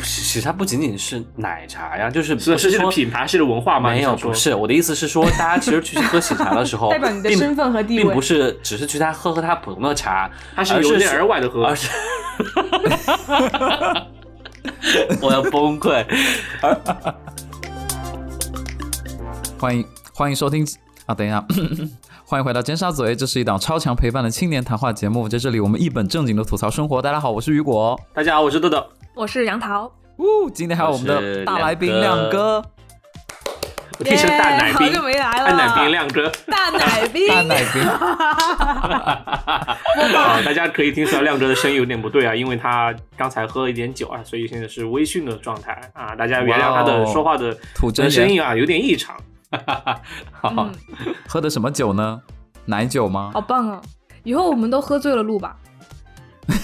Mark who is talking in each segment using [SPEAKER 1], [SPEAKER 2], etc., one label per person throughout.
[SPEAKER 1] 其实它不仅仅是奶茶呀，就是不
[SPEAKER 2] 是是是
[SPEAKER 1] 说
[SPEAKER 2] 品牌是文化吗？
[SPEAKER 1] 没
[SPEAKER 2] 你
[SPEAKER 1] 有，
[SPEAKER 2] 想说
[SPEAKER 1] 不是我的意思是说，大家其实 去喝喜茶的时候，
[SPEAKER 3] 代表你的
[SPEAKER 1] 并
[SPEAKER 3] 身份和地
[SPEAKER 1] 并不
[SPEAKER 3] 位。
[SPEAKER 1] 是只是去他喝喝他普通的茶，
[SPEAKER 2] 它是
[SPEAKER 1] 而
[SPEAKER 2] 由内
[SPEAKER 1] 去
[SPEAKER 2] 而外的喝
[SPEAKER 1] 而 是，我要崩溃。
[SPEAKER 4] 欢迎欢迎收听啊，等一下， 欢迎回到尖沙咀，这是一档超强陪伴的青年谈话节目，在这里我们一本正经的吐槽生活。大家好，我是雨果。
[SPEAKER 2] 大家好，我是豆豆。
[SPEAKER 3] 我是杨桃，
[SPEAKER 4] 呜，今天还有我们
[SPEAKER 1] 我是
[SPEAKER 4] 的大来宾
[SPEAKER 1] 亮
[SPEAKER 4] 亮
[SPEAKER 1] 哥
[SPEAKER 4] 哥，
[SPEAKER 2] 我听成大奶
[SPEAKER 3] 耶哎好啊
[SPEAKER 2] 冰
[SPEAKER 3] 久，没来了。
[SPEAKER 2] 大奶冰，亮 哥。
[SPEAKER 3] 大奶冰，嗯
[SPEAKER 4] 大奶冰。
[SPEAKER 2] 啊，大家可以听出来亮哥的声音有点不对啊，因为他刚才喝了一点酒啊，所以现在是微醺的状态啊，大家原谅他的
[SPEAKER 4] 哇哦
[SPEAKER 2] 说话的
[SPEAKER 4] 吐真言
[SPEAKER 2] 声音啊，有点异常。
[SPEAKER 3] 嗯，
[SPEAKER 4] 喝的什么酒呢？奶酒吗？
[SPEAKER 3] 好棒哦！以后我们都喝醉了录吧。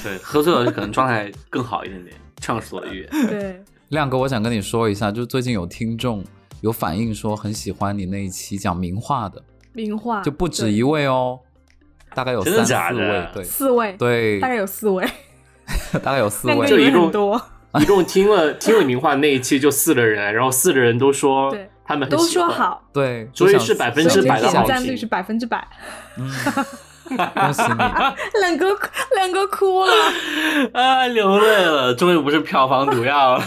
[SPEAKER 1] 对，喝醉了可能状态更好一点点，畅所欲言。
[SPEAKER 3] 对，
[SPEAKER 4] 亮哥，我想跟你说一下，就是最近有听众有反映说很喜欢你那一期讲名画的，
[SPEAKER 3] 名画
[SPEAKER 4] 就不止
[SPEAKER 3] 对
[SPEAKER 4] 一位哦，大概有
[SPEAKER 1] 真的
[SPEAKER 4] 三
[SPEAKER 1] 假
[SPEAKER 4] 四
[SPEAKER 1] 的
[SPEAKER 4] 位，对
[SPEAKER 3] 四位，
[SPEAKER 4] 对，
[SPEAKER 3] 大概有四位，
[SPEAKER 4] 大概有四
[SPEAKER 3] 亮哥
[SPEAKER 2] 就
[SPEAKER 4] 位。
[SPEAKER 3] 以为
[SPEAKER 2] 一共
[SPEAKER 3] 很多，
[SPEAKER 2] 一共听了听了名画那一期就四个人，然后四个人都说
[SPEAKER 3] 对
[SPEAKER 2] 他们很
[SPEAKER 3] 都
[SPEAKER 2] 喜
[SPEAKER 3] 说
[SPEAKER 2] 欢，
[SPEAKER 3] 好，
[SPEAKER 4] 对，
[SPEAKER 2] 所以
[SPEAKER 4] 就想
[SPEAKER 2] 是百分
[SPEAKER 3] 所以
[SPEAKER 2] 之
[SPEAKER 3] 这
[SPEAKER 2] 百的
[SPEAKER 3] 个
[SPEAKER 2] 好
[SPEAKER 3] 点
[SPEAKER 2] 评
[SPEAKER 3] 赞率是百分之百。
[SPEAKER 4] 嗯 恭喜你，
[SPEAKER 3] 亮哥，亮哥哭了，
[SPEAKER 1] 啊，流泪了，终于不是票房毒药了。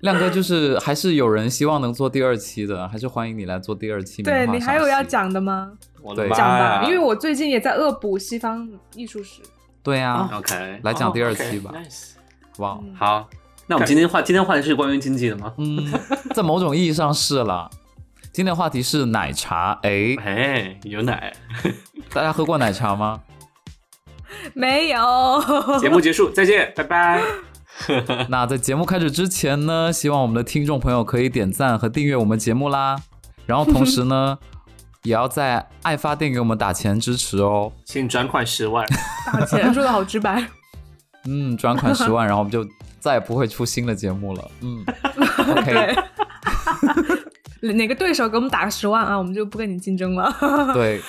[SPEAKER 4] 亮哥，就是还是有人希望能做第二期的，还是欢迎你来做第二期名画
[SPEAKER 3] 对
[SPEAKER 4] 赏析。
[SPEAKER 3] 你还有要讲的吗？
[SPEAKER 1] 我的
[SPEAKER 4] 对
[SPEAKER 1] 妈
[SPEAKER 3] 讲吧，
[SPEAKER 1] 呀
[SPEAKER 3] 因为我最近也在恶补西方艺术史。
[SPEAKER 4] 对啊 呀，
[SPEAKER 1] OK
[SPEAKER 4] 来讲第二期吧，
[SPEAKER 2] Nice
[SPEAKER 4] 好不好？
[SPEAKER 3] 嗯
[SPEAKER 1] 好，那我们今天话今天话题是关于经济的吗？
[SPEAKER 4] 嗯，在某种意义上是了。今天的话题是奶茶，哎，
[SPEAKER 1] 哎，有奶，
[SPEAKER 4] 大家喝过奶茶吗？
[SPEAKER 3] 没有，
[SPEAKER 2] 节目结束，再见，拜 拜。
[SPEAKER 4] 那在节目开始之前呢，希望我们的听众朋友可以点赞和订阅我们节目啦。然后同时呢，也要在爱发电给我们打钱支持哦。
[SPEAKER 2] 请转款十万，
[SPEAKER 3] 打钱说的好直白。
[SPEAKER 4] 嗯，转款十 万，然后我们就再也不会出新的节目了。嗯 ，OK，
[SPEAKER 3] 对，哪个对手给我们打个十万啊，我们就不跟你竞争了。
[SPEAKER 4] 对，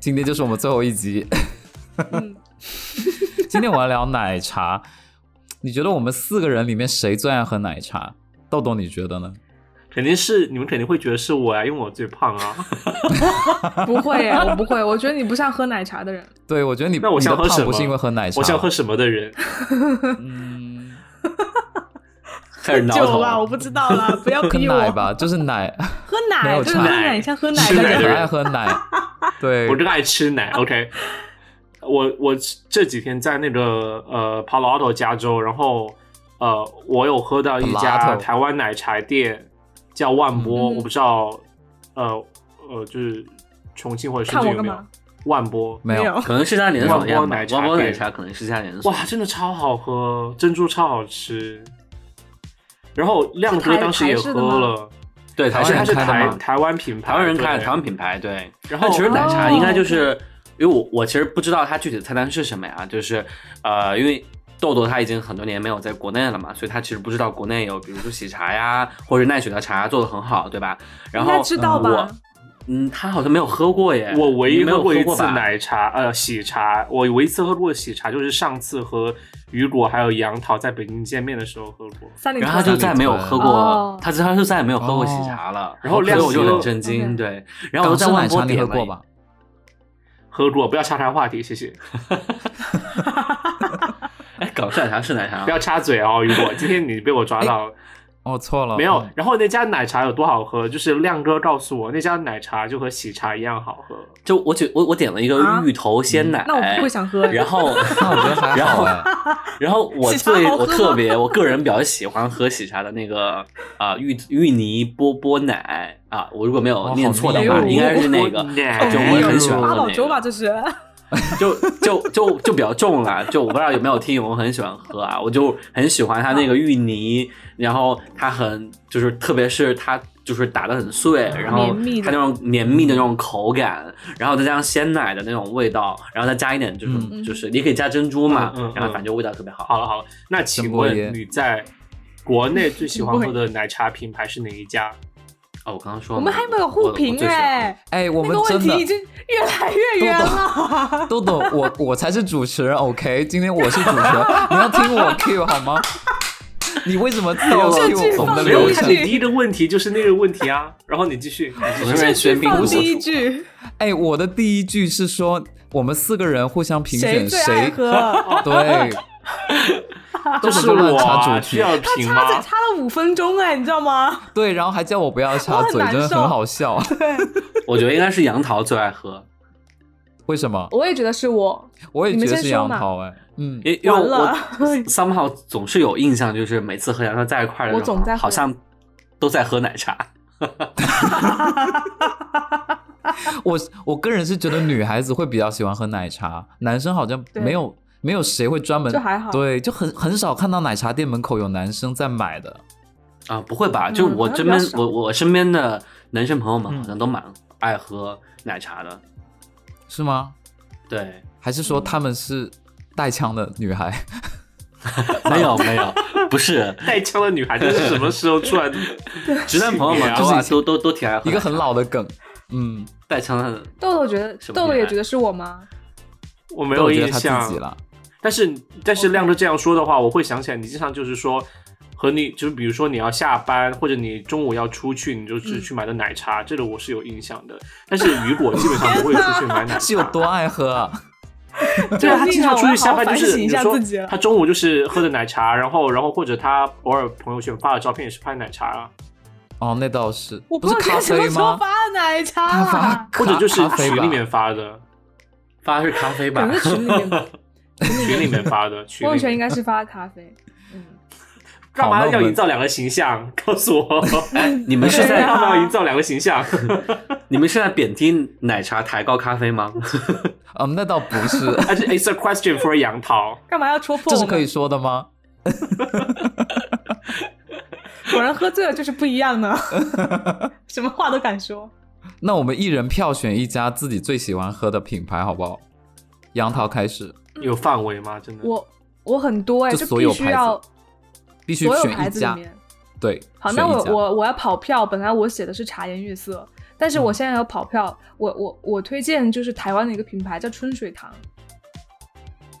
[SPEAKER 4] 今天就是我们最后一集。
[SPEAKER 3] 嗯，
[SPEAKER 4] 今天我要聊奶茶，你觉得我们四个人里面谁最爱喝奶茶？豆豆，你觉得呢？
[SPEAKER 2] 肯定是你们肯定会觉得是我呀，因为我最胖 啊。
[SPEAKER 3] 不会，我不会，我觉得你不像喝奶茶的人。
[SPEAKER 4] 对，我觉得你
[SPEAKER 2] 那我
[SPEAKER 4] 你的
[SPEAKER 2] 想喝什
[SPEAKER 4] 胖
[SPEAKER 2] 么？
[SPEAKER 4] 不是因为喝奶茶，
[SPEAKER 2] 我想喝什么的人？
[SPEAKER 4] 嗯
[SPEAKER 1] 开始挠
[SPEAKER 3] 酒
[SPEAKER 1] 头
[SPEAKER 3] 吧，我不知道了，不要
[SPEAKER 4] 喝
[SPEAKER 3] 逼我。
[SPEAKER 4] 奶 吧，就是奶。
[SPEAKER 3] 喝
[SPEAKER 4] 没
[SPEAKER 3] 奶，
[SPEAKER 4] 有
[SPEAKER 3] 对，
[SPEAKER 4] 茶
[SPEAKER 3] 喝奶，你像喝奶
[SPEAKER 2] 吃
[SPEAKER 3] 的
[SPEAKER 4] 大
[SPEAKER 2] 奶的
[SPEAKER 4] 家很
[SPEAKER 2] 人
[SPEAKER 4] 爱喝奶，对
[SPEAKER 2] 我，这个爱吃 奶。OK，我我这几天在那个呃 Palo Alto 加州，然后呃我有喝到一
[SPEAKER 4] Palo
[SPEAKER 2] 家
[SPEAKER 4] Alto
[SPEAKER 2] 台湾奶茶店叫万波，
[SPEAKER 3] 嗯
[SPEAKER 2] 我不知道呃呃就是重庆或者深
[SPEAKER 3] 看
[SPEAKER 2] 圳
[SPEAKER 3] 我
[SPEAKER 2] 有
[SPEAKER 3] 干
[SPEAKER 2] 没有
[SPEAKER 3] 嘛？
[SPEAKER 2] 万波？
[SPEAKER 4] 没有，
[SPEAKER 1] 可能是家连锁店
[SPEAKER 2] 万波
[SPEAKER 1] 吧
[SPEAKER 2] 奶，茶
[SPEAKER 1] 万波奶
[SPEAKER 2] 店
[SPEAKER 1] 茶可能是家连锁。
[SPEAKER 2] 哇，真的超好喝，珍珠超好吃。然后亮
[SPEAKER 3] 是
[SPEAKER 2] 哥
[SPEAKER 3] 台
[SPEAKER 2] 当时也
[SPEAKER 3] 台式的
[SPEAKER 2] 喝
[SPEAKER 3] 吗
[SPEAKER 2] 了，
[SPEAKER 1] 对，
[SPEAKER 4] 台
[SPEAKER 1] 台
[SPEAKER 2] 而且
[SPEAKER 1] 湾
[SPEAKER 2] 它是
[SPEAKER 4] 湾人开的
[SPEAKER 2] 台
[SPEAKER 4] 吗
[SPEAKER 2] 台湾品牌，
[SPEAKER 1] 台湾人开的，
[SPEAKER 2] 对
[SPEAKER 1] 台湾品牌对。
[SPEAKER 2] 然后
[SPEAKER 1] 但其实奶茶
[SPEAKER 3] 哦
[SPEAKER 1] 应该就是，因为我我其实不知道它具体的菜单是什么呀，就是呃，因为豆豆他已经很多年没有在国内了嘛，所以他其实不知道国内有比如说喜茶呀，或者奈雪的茶做的很好，对吧？然
[SPEAKER 3] 应
[SPEAKER 1] 后
[SPEAKER 3] 该知道吧？
[SPEAKER 1] 我嗯，他好像没有喝过耶，
[SPEAKER 2] 哦我唯
[SPEAKER 1] 你
[SPEAKER 2] 一
[SPEAKER 1] 没有喝
[SPEAKER 2] 喝过一次
[SPEAKER 1] 吧，
[SPEAKER 2] 奶茶，呃，喜茶。我唯一一次喝过喜茶，就是上次和雨果还有杨桃在北京见面的时候喝过。
[SPEAKER 3] 三里
[SPEAKER 1] 然后
[SPEAKER 3] 屯
[SPEAKER 1] 他就再也没有喝
[SPEAKER 3] 哦
[SPEAKER 1] 过，他他就再也没有喝过喜茶了。
[SPEAKER 2] 然后
[SPEAKER 1] 所以我就
[SPEAKER 2] 亮哥
[SPEAKER 1] 很震惊，
[SPEAKER 3] OK
[SPEAKER 1] 对。然后我
[SPEAKER 4] 港
[SPEAKER 1] 就
[SPEAKER 4] 式
[SPEAKER 1] 在
[SPEAKER 4] 奶
[SPEAKER 1] 万波
[SPEAKER 4] 茶你
[SPEAKER 1] 点
[SPEAKER 4] 喝
[SPEAKER 1] 了
[SPEAKER 4] 过吧？
[SPEAKER 2] 喝过，不要岔开话题，谢谢。
[SPEAKER 1] 哎，港式奶茶是奶茶
[SPEAKER 2] 不，要插嘴哦，雨果，今天你被我
[SPEAKER 1] 哎
[SPEAKER 2] 抓到了。
[SPEAKER 4] 哦，错了，
[SPEAKER 2] 没有。然后那家奶茶有多好喝？就是亮哥告诉我，那家奶茶就和喜茶一样好喝。
[SPEAKER 1] 就我觉我我点了一个
[SPEAKER 3] 啊
[SPEAKER 1] 芋头鲜奶，
[SPEAKER 3] 那我不会想喝哎。
[SPEAKER 1] 然后，
[SPEAKER 4] 嗯 那我觉得还
[SPEAKER 1] 然
[SPEAKER 4] 好
[SPEAKER 1] 后
[SPEAKER 4] 哎。
[SPEAKER 1] 然后我
[SPEAKER 3] 喜茶
[SPEAKER 1] 最
[SPEAKER 3] 好喝
[SPEAKER 1] 我
[SPEAKER 3] 吗
[SPEAKER 1] 特别我个人比较喜欢喝喜茶的那个啊、芋芋泥波波奶啊，我如果没有
[SPEAKER 4] 哦
[SPEAKER 1] 念
[SPEAKER 4] 好
[SPEAKER 1] 错的
[SPEAKER 4] 腻
[SPEAKER 1] 话，
[SPEAKER 4] 哦
[SPEAKER 1] 应该是那个
[SPEAKER 2] 波波
[SPEAKER 4] 哎
[SPEAKER 2] 奶，
[SPEAKER 1] 就我也很喜欢
[SPEAKER 3] 哎八
[SPEAKER 1] 喝
[SPEAKER 3] 宝
[SPEAKER 1] 那
[SPEAKER 3] 粥吧，
[SPEAKER 1] 个，
[SPEAKER 3] 这是。
[SPEAKER 1] 就就就就比较重啦，就我不知道有没有听友我很喜欢喝啊，我就很喜欢它那个芋泥，然后它很就是特别是它。就是打的很碎，然后
[SPEAKER 3] 绵密的
[SPEAKER 1] 它那种绵密的那种口感，然后再加上鲜奶的那种味道，然后再加一点就是、
[SPEAKER 4] 嗯
[SPEAKER 1] 就是你可以加珍珠嘛，
[SPEAKER 2] 嗯嗯嗯
[SPEAKER 1] 然后反正就味道特别好。
[SPEAKER 2] 好了好了，那请
[SPEAKER 4] 陈伯爷
[SPEAKER 2] 问你在国内最喜欢喝的奶茶品牌是哪一家？
[SPEAKER 1] 哦，我刚刚说
[SPEAKER 3] 我
[SPEAKER 1] 了
[SPEAKER 3] 们
[SPEAKER 1] 吗
[SPEAKER 3] 还没有互评哎、
[SPEAKER 4] 哎，我
[SPEAKER 3] 那
[SPEAKER 4] 们
[SPEAKER 3] 个问
[SPEAKER 4] 真
[SPEAKER 3] 题已
[SPEAKER 4] 的，
[SPEAKER 3] 经越来越远了。
[SPEAKER 4] 豆豆，我我才是主持人，OK？今天我是主持人，你要听我 Q 好吗？你为什么自己要
[SPEAKER 3] 这
[SPEAKER 4] Q
[SPEAKER 3] 句
[SPEAKER 4] 我们的
[SPEAKER 3] 放
[SPEAKER 2] 没有
[SPEAKER 4] 流
[SPEAKER 3] 进
[SPEAKER 4] 程
[SPEAKER 3] 去？
[SPEAKER 2] 你第一个问题就是那个问题啊，然后你继续，
[SPEAKER 1] 我
[SPEAKER 2] 你继
[SPEAKER 1] 们是
[SPEAKER 2] 续。
[SPEAKER 3] 去
[SPEAKER 1] 喧宾
[SPEAKER 3] 放
[SPEAKER 1] 夺
[SPEAKER 3] 第一
[SPEAKER 1] 主。
[SPEAKER 3] 句，
[SPEAKER 4] 哎，我的第一句是说，我们四个人互相评选
[SPEAKER 3] 最爱
[SPEAKER 4] 谁
[SPEAKER 3] 喝？
[SPEAKER 4] 对，
[SPEAKER 2] 就
[SPEAKER 4] 豆
[SPEAKER 2] 是
[SPEAKER 4] 豆乱
[SPEAKER 2] 我
[SPEAKER 4] 插
[SPEAKER 2] 啊，
[SPEAKER 4] 主
[SPEAKER 2] 需
[SPEAKER 4] 题，
[SPEAKER 2] 要
[SPEAKER 3] 他
[SPEAKER 2] 评
[SPEAKER 3] 插嘴
[SPEAKER 2] 吗？
[SPEAKER 3] 插了五分钟哎、你知道吗？
[SPEAKER 4] 对，然后还叫我不要插
[SPEAKER 3] 我很
[SPEAKER 4] 嘴，
[SPEAKER 3] 难
[SPEAKER 4] 真的
[SPEAKER 3] 受
[SPEAKER 4] 很好笑。
[SPEAKER 1] 我觉得应该是杨桃最爱喝，
[SPEAKER 4] 为什么？
[SPEAKER 3] 我也觉得是我，
[SPEAKER 4] 我也
[SPEAKER 3] 你
[SPEAKER 4] 觉
[SPEAKER 3] 们
[SPEAKER 4] 得
[SPEAKER 3] 先
[SPEAKER 4] 是
[SPEAKER 3] 说
[SPEAKER 4] 杨
[SPEAKER 3] 嘛
[SPEAKER 4] 桃哎，嗯，
[SPEAKER 1] 因为因为
[SPEAKER 3] 完
[SPEAKER 1] 我
[SPEAKER 3] 了
[SPEAKER 1] somehow 总是有印象，就是每次和杨桃在一块儿的时候，
[SPEAKER 3] 我总在喝
[SPEAKER 1] 好像都在喝奶茶。
[SPEAKER 4] 我我个人是觉得女孩子会比较喜欢喝奶茶，男生好像
[SPEAKER 3] 对
[SPEAKER 4] 没有没有谁会专门
[SPEAKER 3] 就还好
[SPEAKER 4] 对，就很很少看到奶茶店门口有男生在买的。
[SPEAKER 1] 啊，不会吧？就
[SPEAKER 3] 嗯
[SPEAKER 1] 我
[SPEAKER 3] 好
[SPEAKER 1] 身
[SPEAKER 3] 像比较
[SPEAKER 1] 边，
[SPEAKER 3] 少
[SPEAKER 1] 我我身边的男生朋友们
[SPEAKER 4] 嗯
[SPEAKER 1] 好像都蛮爱喝奶茶的。
[SPEAKER 4] 是吗？
[SPEAKER 1] 对，
[SPEAKER 4] 还是
[SPEAKER 3] 嗯
[SPEAKER 4] 说他们是带枪的女孩？
[SPEAKER 1] 没 有没有，不是
[SPEAKER 2] 带枪的女孩这是什么时候出 来的？
[SPEAKER 1] 直男朋友们
[SPEAKER 2] 啊
[SPEAKER 1] 都
[SPEAKER 4] 就是以
[SPEAKER 1] 啊
[SPEAKER 4] 前
[SPEAKER 1] 都都都挺爱喝奶茶
[SPEAKER 4] 一个很老的梗，嗯，
[SPEAKER 1] 带枪的，
[SPEAKER 3] 豆豆觉得
[SPEAKER 1] 什么
[SPEAKER 3] 豆豆
[SPEAKER 1] 女
[SPEAKER 3] 也
[SPEAKER 1] 孩
[SPEAKER 3] 觉得是我吗？
[SPEAKER 2] 我没
[SPEAKER 4] 没
[SPEAKER 2] 有
[SPEAKER 4] 觉
[SPEAKER 2] 印
[SPEAKER 4] 得他自己
[SPEAKER 2] 象。
[SPEAKER 4] 了。
[SPEAKER 2] 但是但是亮哥这样说的话，我会想起来，你经常就是说。和你就是比如说你要下班或者你中午要出去，你就是
[SPEAKER 3] 嗯
[SPEAKER 2] 去买的奶茶，这个我是有印象的。但是雨果基本上不会出去买奶茶，
[SPEAKER 4] 是有多爱喝啊？
[SPEAKER 2] 对啊，他经常出去下班就
[SPEAKER 3] 我要好好反
[SPEAKER 2] 是，
[SPEAKER 3] 省一
[SPEAKER 2] 比如
[SPEAKER 3] 下
[SPEAKER 2] 说
[SPEAKER 3] 自
[SPEAKER 4] 啊
[SPEAKER 3] 己了
[SPEAKER 2] 他中午就是喝的奶茶，然后然后或者他偶尔朋友圈发的照片也是拍奶茶啊，
[SPEAKER 4] 哦，那倒是，
[SPEAKER 3] 我
[SPEAKER 4] 不是
[SPEAKER 3] 朋友
[SPEAKER 4] 咖
[SPEAKER 3] 圈什
[SPEAKER 4] 啡
[SPEAKER 3] 么时候
[SPEAKER 4] 吗？
[SPEAKER 3] 发的奶茶
[SPEAKER 4] 他发
[SPEAKER 3] 啊
[SPEAKER 4] 咖？
[SPEAKER 2] 或者就是
[SPEAKER 4] 咖啡
[SPEAKER 2] 群
[SPEAKER 4] 吧
[SPEAKER 2] 里面发 的，
[SPEAKER 1] 发的是咖啡
[SPEAKER 3] 可
[SPEAKER 1] 吧？
[SPEAKER 3] 能是群里 面吧，
[SPEAKER 2] 群里面发 的，群
[SPEAKER 3] 朋友
[SPEAKER 2] 里
[SPEAKER 3] 圈应
[SPEAKER 2] 面
[SPEAKER 3] 该是发咖啡。嗯，
[SPEAKER 2] 干
[SPEAKER 4] 好那
[SPEAKER 2] 嘛要
[SPEAKER 4] 我们哎
[SPEAKER 2] 营造两个形象？ 告诉我，
[SPEAKER 1] 你们是
[SPEAKER 3] 对
[SPEAKER 1] 在
[SPEAKER 3] 啊
[SPEAKER 2] 干嘛要营造两个形象？
[SPEAKER 1] 你们是在贬低奶茶抬高咖啡吗？
[SPEAKER 4] 嗯，那倒不是，
[SPEAKER 2] 但哎是 it's a question for 杨桃，
[SPEAKER 3] 干嘛要戳破？
[SPEAKER 4] 这是可以，说的吗？
[SPEAKER 3] 果然喝醉了就是不一样 呢，什么话都敢说。
[SPEAKER 4] 那我们一人票选一家自己最喜欢喝的品牌，好不好？杨桃开始，
[SPEAKER 2] 有范围吗？真的，
[SPEAKER 3] 我我很多哎、
[SPEAKER 4] 就
[SPEAKER 3] 就
[SPEAKER 4] 所有
[SPEAKER 3] 必须
[SPEAKER 4] 牌子
[SPEAKER 3] 要
[SPEAKER 4] 必须
[SPEAKER 3] 所有
[SPEAKER 4] 选
[SPEAKER 3] 牌
[SPEAKER 4] 一
[SPEAKER 3] 子里
[SPEAKER 4] 家。
[SPEAKER 3] 面。
[SPEAKER 4] 对，
[SPEAKER 3] 好，
[SPEAKER 4] 选
[SPEAKER 3] 那
[SPEAKER 4] 一
[SPEAKER 3] 我
[SPEAKER 4] 家
[SPEAKER 3] 我我要跑票，本来我写的是茶颜悦色，但
[SPEAKER 4] 嗯
[SPEAKER 3] 是我现在要跑票，我我我推荐就是台湾的一个品牌叫春水堂，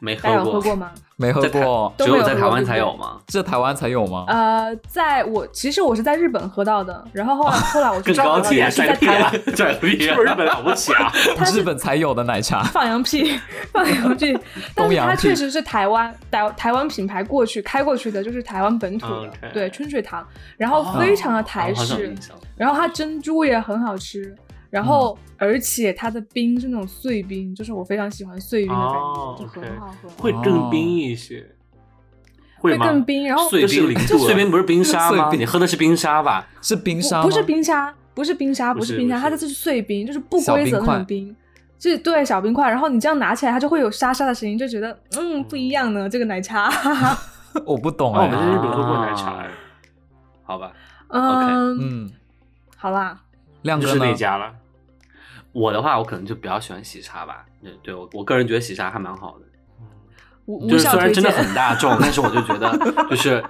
[SPEAKER 1] 没
[SPEAKER 3] 大家
[SPEAKER 1] 喝
[SPEAKER 3] 有
[SPEAKER 1] 过，
[SPEAKER 3] 喝过吗？
[SPEAKER 4] 没喝
[SPEAKER 1] 在台
[SPEAKER 4] 过，
[SPEAKER 3] 都
[SPEAKER 1] 只
[SPEAKER 3] 没
[SPEAKER 1] 有
[SPEAKER 3] 有
[SPEAKER 1] 在
[SPEAKER 3] 喝
[SPEAKER 1] 台
[SPEAKER 3] 过
[SPEAKER 1] 湾
[SPEAKER 3] 对不
[SPEAKER 1] 才
[SPEAKER 3] 对
[SPEAKER 1] 有吗？
[SPEAKER 4] 这台湾才有吗？
[SPEAKER 3] 呃，在我其实我是在日本喝到的，然后后来
[SPEAKER 4] 哦
[SPEAKER 3] 后来我去
[SPEAKER 1] 更高级啊，
[SPEAKER 3] 是在
[SPEAKER 1] 拽屁
[SPEAKER 3] 台
[SPEAKER 1] 啊
[SPEAKER 3] 湾，
[SPEAKER 1] 拽屁
[SPEAKER 2] 是
[SPEAKER 1] 啊
[SPEAKER 2] 不！是日本了不起 啊？
[SPEAKER 4] 日本才有的奶茶，
[SPEAKER 3] 放羊屁， 放羊屁，但
[SPEAKER 4] 东
[SPEAKER 3] 是
[SPEAKER 4] 洋
[SPEAKER 3] 它
[SPEAKER 4] 屁
[SPEAKER 3] 确实是台湾台台湾品牌过去开过去的，就是台湾本土的
[SPEAKER 2] OK
[SPEAKER 3] 对春水堂，然后哦非常的台
[SPEAKER 1] 我啊好像有
[SPEAKER 3] 式，
[SPEAKER 1] 印象。
[SPEAKER 3] 然后它珍珠也很好吃，然后而且它的冰是那种碎冰，就是我非常喜欢碎冰的感
[SPEAKER 2] 哦
[SPEAKER 3] 觉，就很
[SPEAKER 2] OK
[SPEAKER 3] 好喝，
[SPEAKER 2] 会更冰一些，会吗？
[SPEAKER 3] 哦更冰，然后
[SPEAKER 1] 碎
[SPEAKER 2] 就是
[SPEAKER 1] 冰
[SPEAKER 2] 零，度 啊
[SPEAKER 1] 碎冰不是冰沙
[SPEAKER 4] 碎
[SPEAKER 1] 吗？
[SPEAKER 4] 冰
[SPEAKER 1] 你喝的是冰沙吧？
[SPEAKER 4] 是冰沙吗？
[SPEAKER 3] 不是冰沙，不是冰沙，
[SPEAKER 2] 不
[SPEAKER 3] 不是
[SPEAKER 2] 是
[SPEAKER 3] 冰
[SPEAKER 2] 不
[SPEAKER 3] 沙，
[SPEAKER 2] 是
[SPEAKER 3] 它这是碎冰，就是不
[SPEAKER 4] 小
[SPEAKER 3] 规
[SPEAKER 4] 冰
[SPEAKER 3] 则那
[SPEAKER 4] 块
[SPEAKER 3] 种冰。这对小冰块，然后你这样拿起来，它就会有沙沙的声音，就觉得嗯不一样呢。这个奶茶，
[SPEAKER 4] 我不懂
[SPEAKER 2] 哦，我
[SPEAKER 4] 哎、
[SPEAKER 2] 们在日本喝过奶茶
[SPEAKER 4] 哦
[SPEAKER 1] 啊，好吧，
[SPEAKER 3] 嗯，
[SPEAKER 4] 嗯，
[SPEAKER 3] 好啦，
[SPEAKER 4] 亮
[SPEAKER 2] 就
[SPEAKER 4] 哥
[SPEAKER 2] 是
[SPEAKER 4] 呢
[SPEAKER 2] 那？家了。
[SPEAKER 1] 我的话，我可能就比较喜欢喜茶吧。对，对我我个人觉得喜茶还蛮好的，
[SPEAKER 3] 无
[SPEAKER 1] 嗯就
[SPEAKER 3] 无
[SPEAKER 1] 是
[SPEAKER 3] 效
[SPEAKER 1] 虽然
[SPEAKER 3] 推
[SPEAKER 1] 真
[SPEAKER 3] 荐
[SPEAKER 1] 的。很大 众，但是我就觉得就是，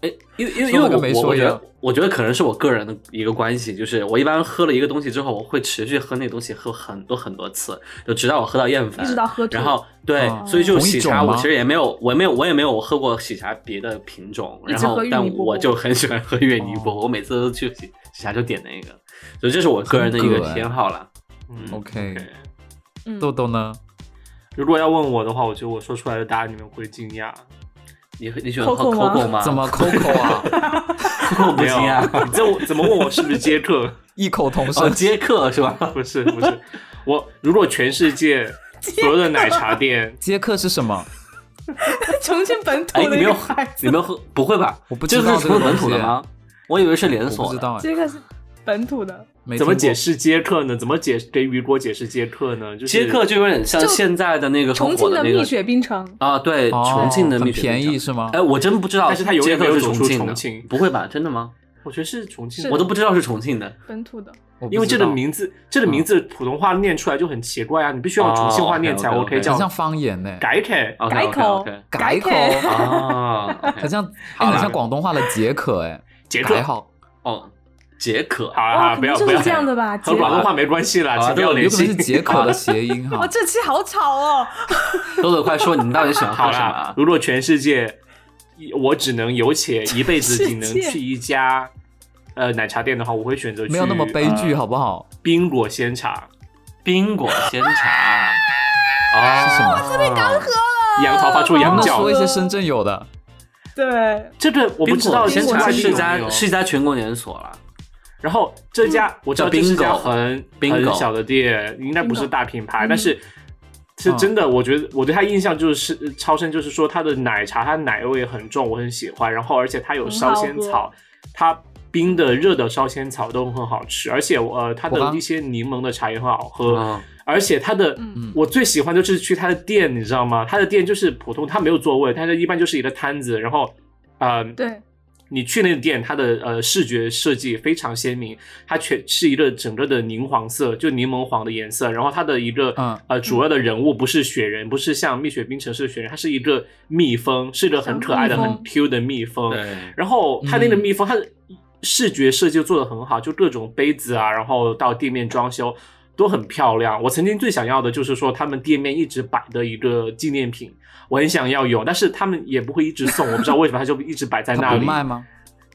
[SPEAKER 1] 哎，因为因为因为
[SPEAKER 4] 说了个
[SPEAKER 1] 我
[SPEAKER 4] 没
[SPEAKER 1] 我
[SPEAKER 4] 说
[SPEAKER 1] 我
[SPEAKER 4] 一
[SPEAKER 1] 觉
[SPEAKER 4] 样
[SPEAKER 1] 得我觉得可能是我个人的一个关系，就是我一般喝了一个东西之后，我会持续喝那个东西喝很多很多次，就直到我喝到厌烦，
[SPEAKER 3] 一直到喝吐
[SPEAKER 1] 呃然后对，
[SPEAKER 4] 哦
[SPEAKER 1] 所以就
[SPEAKER 4] 同一
[SPEAKER 1] 喜
[SPEAKER 4] 种
[SPEAKER 1] 茶，我
[SPEAKER 4] 吗
[SPEAKER 1] 其实也没有，我没有，我也没有喝过喜茶别的品种，
[SPEAKER 3] 一直
[SPEAKER 1] 然后
[SPEAKER 3] 喝芋
[SPEAKER 1] 但
[SPEAKER 3] 泥波
[SPEAKER 1] 我
[SPEAKER 3] 波
[SPEAKER 1] 就很喜欢喝芋泥波，
[SPEAKER 4] 哦
[SPEAKER 1] 我每次都去喜喜茶就点那个，所以这是我个人的一个
[SPEAKER 4] 很可爱
[SPEAKER 1] 偏好啦。
[SPEAKER 2] 嗯
[SPEAKER 4] OK
[SPEAKER 3] 嗯
[SPEAKER 4] 豆豆呢？
[SPEAKER 2] 如果要问我的话，我觉得我说出来的答案你们会惊讶，
[SPEAKER 1] 你你喜欢喝
[SPEAKER 3] Coco 吗
[SPEAKER 1] Coco 啊吗？
[SPEAKER 4] 怎 么 Coco 啊？
[SPEAKER 1] Coco 不
[SPEAKER 2] 没有
[SPEAKER 1] 行啊？
[SPEAKER 2] 你这我怎么问我是不是接客？
[SPEAKER 4] 异口同 声
[SPEAKER 1] 哦，，接客是 吧？
[SPEAKER 2] 不是不是，我如果全世界所有的奶茶店，
[SPEAKER 4] 接客是什么？
[SPEAKER 3] 重庆本
[SPEAKER 1] 哎，
[SPEAKER 3] 土
[SPEAKER 1] 你
[SPEAKER 3] 的
[SPEAKER 1] 没
[SPEAKER 3] 一
[SPEAKER 1] 有
[SPEAKER 3] 个
[SPEAKER 1] 喝
[SPEAKER 3] 牌，子
[SPEAKER 1] 你，没有喝，不会吧？
[SPEAKER 4] 我不
[SPEAKER 1] 这
[SPEAKER 4] 知
[SPEAKER 1] 个
[SPEAKER 4] 道
[SPEAKER 1] 是
[SPEAKER 4] 这
[SPEAKER 1] 纯
[SPEAKER 4] 个
[SPEAKER 1] 本
[SPEAKER 4] 东
[SPEAKER 1] 土的
[SPEAKER 4] 西，
[SPEAKER 1] 吗？我以为是连
[SPEAKER 4] 我不
[SPEAKER 1] 锁
[SPEAKER 4] 知
[SPEAKER 1] 的。
[SPEAKER 4] 道哎，
[SPEAKER 3] 这个是本土的，
[SPEAKER 4] 没
[SPEAKER 2] 怎么
[SPEAKER 4] 听过
[SPEAKER 2] 解？释接客呢？怎么解给雨果解释接客呢？就是
[SPEAKER 1] 接客就有点像
[SPEAKER 3] 就
[SPEAKER 1] 现在的那个很
[SPEAKER 3] 重
[SPEAKER 1] 火
[SPEAKER 3] 庆
[SPEAKER 1] 的
[SPEAKER 3] 的
[SPEAKER 1] 那
[SPEAKER 3] 蜜
[SPEAKER 1] 个
[SPEAKER 3] 雪冰城。
[SPEAKER 1] 啊，对，
[SPEAKER 4] 哦
[SPEAKER 1] 重庆的
[SPEAKER 4] 很
[SPEAKER 1] 蜜雪冰
[SPEAKER 4] 便
[SPEAKER 1] 城
[SPEAKER 4] 宜是吗
[SPEAKER 1] 哎，？我真不知道，
[SPEAKER 2] 但是它永远没有
[SPEAKER 1] 是
[SPEAKER 2] 走出
[SPEAKER 1] 重庆的，
[SPEAKER 2] 重庆
[SPEAKER 1] 不会吧？真的吗？
[SPEAKER 2] 我觉得是重庆
[SPEAKER 3] 是
[SPEAKER 2] 的，
[SPEAKER 1] 我都不知道是重庆的。
[SPEAKER 3] 本土的，
[SPEAKER 4] 我不
[SPEAKER 2] 因为这
[SPEAKER 4] 知
[SPEAKER 2] 个
[SPEAKER 4] 道
[SPEAKER 2] 名字，这个名字普通话念出来就很奇怪啊，你必须要重庆话念才
[SPEAKER 1] 哦，OK，OK，OK
[SPEAKER 4] 很
[SPEAKER 2] 叫
[SPEAKER 4] 像方言呢、
[SPEAKER 2] 改改。
[SPEAKER 1] OK
[SPEAKER 3] 改
[SPEAKER 1] OK
[SPEAKER 3] 口
[SPEAKER 1] OK，
[SPEAKER 4] 改口，
[SPEAKER 3] 改
[SPEAKER 1] 哦啊，OK
[SPEAKER 4] 很像，
[SPEAKER 1] 好
[SPEAKER 4] 哎，
[SPEAKER 1] 啦
[SPEAKER 4] 很像广东话的解渴哎、
[SPEAKER 2] 杰克
[SPEAKER 4] 改好
[SPEAKER 1] 哦，解渴
[SPEAKER 2] 好。啊，好
[SPEAKER 3] 哇，
[SPEAKER 2] 啊
[SPEAKER 3] 可
[SPEAKER 2] 不要
[SPEAKER 3] 能就
[SPEAKER 2] 不要
[SPEAKER 3] 是这，样的吧？
[SPEAKER 2] 和
[SPEAKER 3] 解
[SPEAKER 2] 广东话没关系啦，
[SPEAKER 1] 好啊
[SPEAKER 2] 请不要
[SPEAKER 1] 都有
[SPEAKER 4] 有
[SPEAKER 2] 联
[SPEAKER 4] 可
[SPEAKER 2] 系
[SPEAKER 4] 能是。解渴的谐音哈
[SPEAKER 1] 啊
[SPEAKER 3] 哇，。这期 好吵哦！
[SPEAKER 1] 豆豆，快说你到底喜欢
[SPEAKER 2] 好
[SPEAKER 1] 喝什么
[SPEAKER 2] 啦
[SPEAKER 1] 啊，？
[SPEAKER 2] 如果全世界，一我只能有且一辈 子仅能
[SPEAKER 3] 世界
[SPEAKER 2] 去一家呃奶茶店的话，我会选择去
[SPEAKER 4] 没有那么悲剧，
[SPEAKER 2] 呃
[SPEAKER 4] 好不好？
[SPEAKER 2] 冰果鲜茶、哦
[SPEAKER 1] 冰果鲜茶。哦，
[SPEAKER 4] 是什么哦
[SPEAKER 1] 特别干喝。
[SPEAKER 2] 杨桃发出
[SPEAKER 4] 我
[SPEAKER 2] 羊
[SPEAKER 3] 好
[SPEAKER 4] 们
[SPEAKER 3] 好
[SPEAKER 2] 角
[SPEAKER 4] 说
[SPEAKER 3] 喝
[SPEAKER 4] 一，些深圳有的，
[SPEAKER 3] 对，
[SPEAKER 2] 这个我不知道
[SPEAKER 1] 鲜
[SPEAKER 2] 现
[SPEAKER 3] 冰
[SPEAKER 1] 茶
[SPEAKER 3] 果
[SPEAKER 2] 在
[SPEAKER 1] 是一
[SPEAKER 2] 有没
[SPEAKER 1] 家
[SPEAKER 2] 有
[SPEAKER 1] 是一家全国连锁了。
[SPEAKER 2] 然后这家、我知道这是一家很
[SPEAKER 1] 叫 Bingo
[SPEAKER 2] 很
[SPEAKER 1] Bingo
[SPEAKER 2] 小的店，应该不是大品牌，
[SPEAKER 3] 嗯
[SPEAKER 2] 但是是真的，我觉得我对它印象就是超深，就是说它的奶茶，它奶味很重，我很喜欢。然后而且它有烧仙
[SPEAKER 3] 很好
[SPEAKER 2] 草，它冰的、热的烧仙草都很好吃，而且我呃它
[SPEAKER 4] 我
[SPEAKER 2] 的
[SPEAKER 4] 刚
[SPEAKER 2] 一些柠檬的茶也很好喝，
[SPEAKER 1] 嗯，
[SPEAKER 2] 而且它的。
[SPEAKER 3] 嗯
[SPEAKER 2] 我最喜欢就是去它的店，你知道吗？它的店就是普通，它没有座位，它是一般就是一个摊子，然后，呃，
[SPEAKER 3] 对，
[SPEAKER 2] 你去那个店，它的呃视觉设计非常鲜明，它全是一个整个的柠黄色，就柠檬黄的颜色。然后它的一个、
[SPEAKER 4] 嗯
[SPEAKER 2] 呃主要的人物不是雪人，不是像蜜雪冰城是雪人，它是一个蜜蜂，是一个很可爱的、
[SPEAKER 3] 小蜜
[SPEAKER 2] 很
[SPEAKER 3] 蜂
[SPEAKER 2] Q 的蜜蜂。
[SPEAKER 1] 对，
[SPEAKER 2] 然后它那个
[SPEAKER 4] 嗯
[SPEAKER 2] 蜜蜂，它的视觉设计做的很好，就各种杯子啊，然后到店面装修都很漂亮。我曾经最想要的就是说他们店面一直摆的一个纪念品，我很想要有，但是他们也不会一直送，我不知道为什么，他就一直摆在那
[SPEAKER 4] 他 不
[SPEAKER 2] 里。
[SPEAKER 4] 卖吗？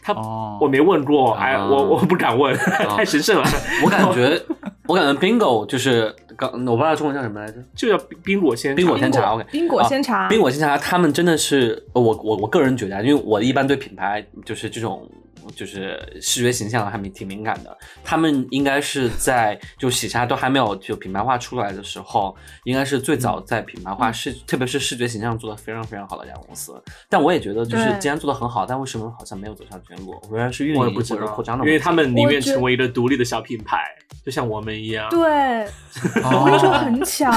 [SPEAKER 2] 他
[SPEAKER 4] 哦，
[SPEAKER 2] 我没问过，哎，
[SPEAKER 1] 啊
[SPEAKER 2] 我我不敢问， 太神圣了，
[SPEAKER 1] 我感觉我感觉 bingo 就是刚我不知道中文叫什么来着，
[SPEAKER 2] 就叫冰果鲜
[SPEAKER 1] 冰
[SPEAKER 2] 茶
[SPEAKER 1] 果鲜茶。OK，啊
[SPEAKER 3] 冰果鲜茶，
[SPEAKER 1] 冰果鲜茶，他们真的是呃我我我个人觉得，啊，因为我一般对品牌就是这种就是视觉形象还挺敏感的。他们应该是在就喜茶都还没有就品牌化出来的时候，应该是最早在品牌
[SPEAKER 3] 嗯
[SPEAKER 1] 化视，特别是视觉形象做的非常非常好的一家公司。但我也觉得，就是
[SPEAKER 3] 对
[SPEAKER 1] 既然做的很好，但为什么好像没有走向全国？仍然是运营
[SPEAKER 2] 我也不
[SPEAKER 1] 或
[SPEAKER 2] 知
[SPEAKER 1] 者
[SPEAKER 2] 道
[SPEAKER 1] 扩张，的
[SPEAKER 2] 因
[SPEAKER 1] 问题，
[SPEAKER 2] 为他们宁愿
[SPEAKER 3] 我觉
[SPEAKER 2] 成为一个独立的小品牌，就像我们一样。
[SPEAKER 3] 对，我跟你说
[SPEAKER 4] 哦
[SPEAKER 3] 很巧，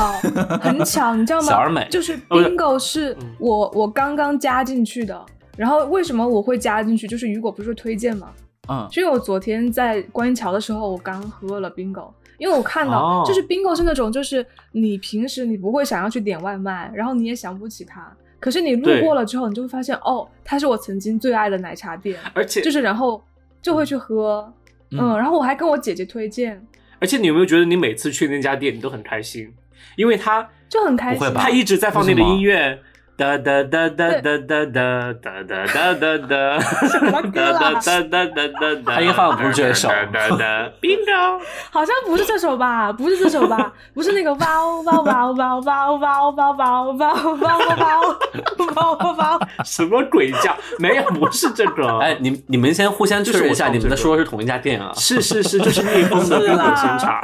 [SPEAKER 3] 很巧，你知道吗？
[SPEAKER 1] 哦小而美哦
[SPEAKER 3] 就是
[SPEAKER 2] 不是
[SPEAKER 3] bingo 是
[SPEAKER 2] 嗯
[SPEAKER 3] 我我刚刚加进去的。然后为什么我会加进去？就是雨果不是说推荐嘛，
[SPEAKER 4] 嗯，
[SPEAKER 3] 因为我昨天在观音桥的时候，我刚喝了 bingo，因为我看到、
[SPEAKER 2] 哦
[SPEAKER 3] 就是 bingo 是那种，就是你平时你不会想要去点外卖，然后你也想不起它，可是你路
[SPEAKER 2] 对
[SPEAKER 3] 过了之后，你就会发现哦，它是我曾经最爱的奶茶店，
[SPEAKER 2] 而且
[SPEAKER 3] 就是然后就会去喝，
[SPEAKER 4] 嗯
[SPEAKER 3] 嗯，然后我还跟我姐姐推荐，
[SPEAKER 2] 而且，你有没有觉得你每次去那家店你都很开心？因为他
[SPEAKER 3] 就很开
[SPEAKER 1] 不会
[SPEAKER 3] 心。
[SPEAKER 1] 吧
[SPEAKER 2] 他一直在放那个
[SPEAKER 4] 为什么
[SPEAKER 2] 音乐。哒哒哒哒哒哒哒哒哒哒 哒哒，
[SPEAKER 3] 什么歌啊
[SPEAKER 2] 哒哒哒哒哒哒哒，
[SPEAKER 1] 他一放不是这首
[SPEAKER 2] 哒哒哒，bingo，
[SPEAKER 3] 好像不是这首吧？不是这首吧？不是那个哇哦哇哦哇哦哇哦哇哦哇哦哇哦哇哦哇哦哇哦哇哦哇哦哇哦哇哦！
[SPEAKER 2] 什么鬼叫？没有，不是这个。
[SPEAKER 1] 哎，你你们先互相确认一下，
[SPEAKER 2] 就
[SPEAKER 1] 你
[SPEAKER 2] 是我唱
[SPEAKER 1] 们
[SPEAKER 2] 这
[SPEAKER 1] 在
[SPEAKER 2] 个
[SPEAKER 1] 说的是同一家店啊？
[SPEAKER 2] 是是是，就是蜜蜂的
[SPEAKER 3] 是啊
[SPEAKER 2] 冰
[SPEAKER 3] 啦
[SPEAKER 2] 果鲜茶。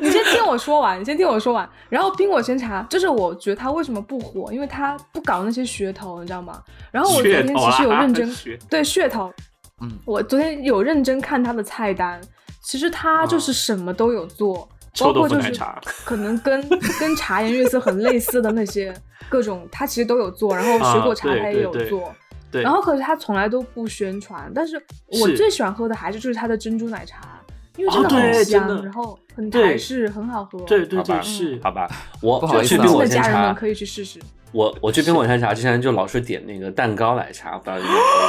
[SPEAKER 3] 你先听我说完，你先听我说完。然后冰果鲜茶，就是我觉得它为什么不火，因为它不搞那些噱头，你知道吗？然后我昨
[SPEAKER 2] 噱
[SPEAKER 3] 天
[SPEAKER 2] 头
[SPEAKER 3] 其
[SPEAKER 2] 啊，
[SPEAKER 3] 实有认真
[SPEAKER 2] 噱
[SPEAKER 3] 对噱头，
[SPEAKER 4] 嗯，
[SPEAKER 3] 我昨天有认真看它的菜单，其实它就是什么都有做，
[SPEAKER 2] 啊臭
[SPEAKER 3] 包
[SPEAKER 2] 豆
[SPEAKER 3] 括
[SPEAKER 2] 腐
[SPEAKER 3] 就
[SPEAKER 2] 奶
[SPEAKER 3] 是
[SPEAKER 2] 茶
[SPEAKER 3] 可能 跟跟茶颜悦色很类似的那些各种，它其实都有做，然后水果茶
[SPEAKER 2] 啊对
[SPEAKER 3] 它也有
[SPEAKER 2] 对对
[SPEAKER 3] 做。
[SPEAKER 2] 对，
[SPEAKER 3] 然后可是它从来都不宣传，但是我
[SPEAKER 2] 是
[SPEAKER 3] 最喜欢喝的还是就是它的珍珠奶茶，因为
[SPEAKER 2] 哦
[SPEAKER 3] 真的
[SPEAKER 2] 对
[SPEAKER 3] 很香，
[SPEAKER 2] 真的
[SPEAKER 3] 然后很
[SPEAKER 2] 对
[SPEAKER 3] 台式，很好喝。
[SPEAKER 2] 对对
[SPEAKER 1] 好
[SPEAKER 2] 对
[SPEAKER 1] 吧嗯
[SPEAKER 2] 是，
[SPEAKER 1] 好吧，我
[SPEAKER 4] 不好
[SPEAKER 1] 我
[SPEAKER 4] 意思
[SPEAKER 1] 去
[SPEAKER 4] 啊
[SPEAKER 1] 冰
[SPEAKER 3] 真
[SPEAKER 1] 果
[SPEAKER 3] 的
[SPEAKER 1] 鲜
[SPEAKER 3] 家人
[SPEAKER 1] 茶
[SPEAKER 3] 们，可以去试试。
[SPEAKER 1] 我我去冰果山茶之前就老是点那个蛋糕奶茶，不知道你有没有喝过。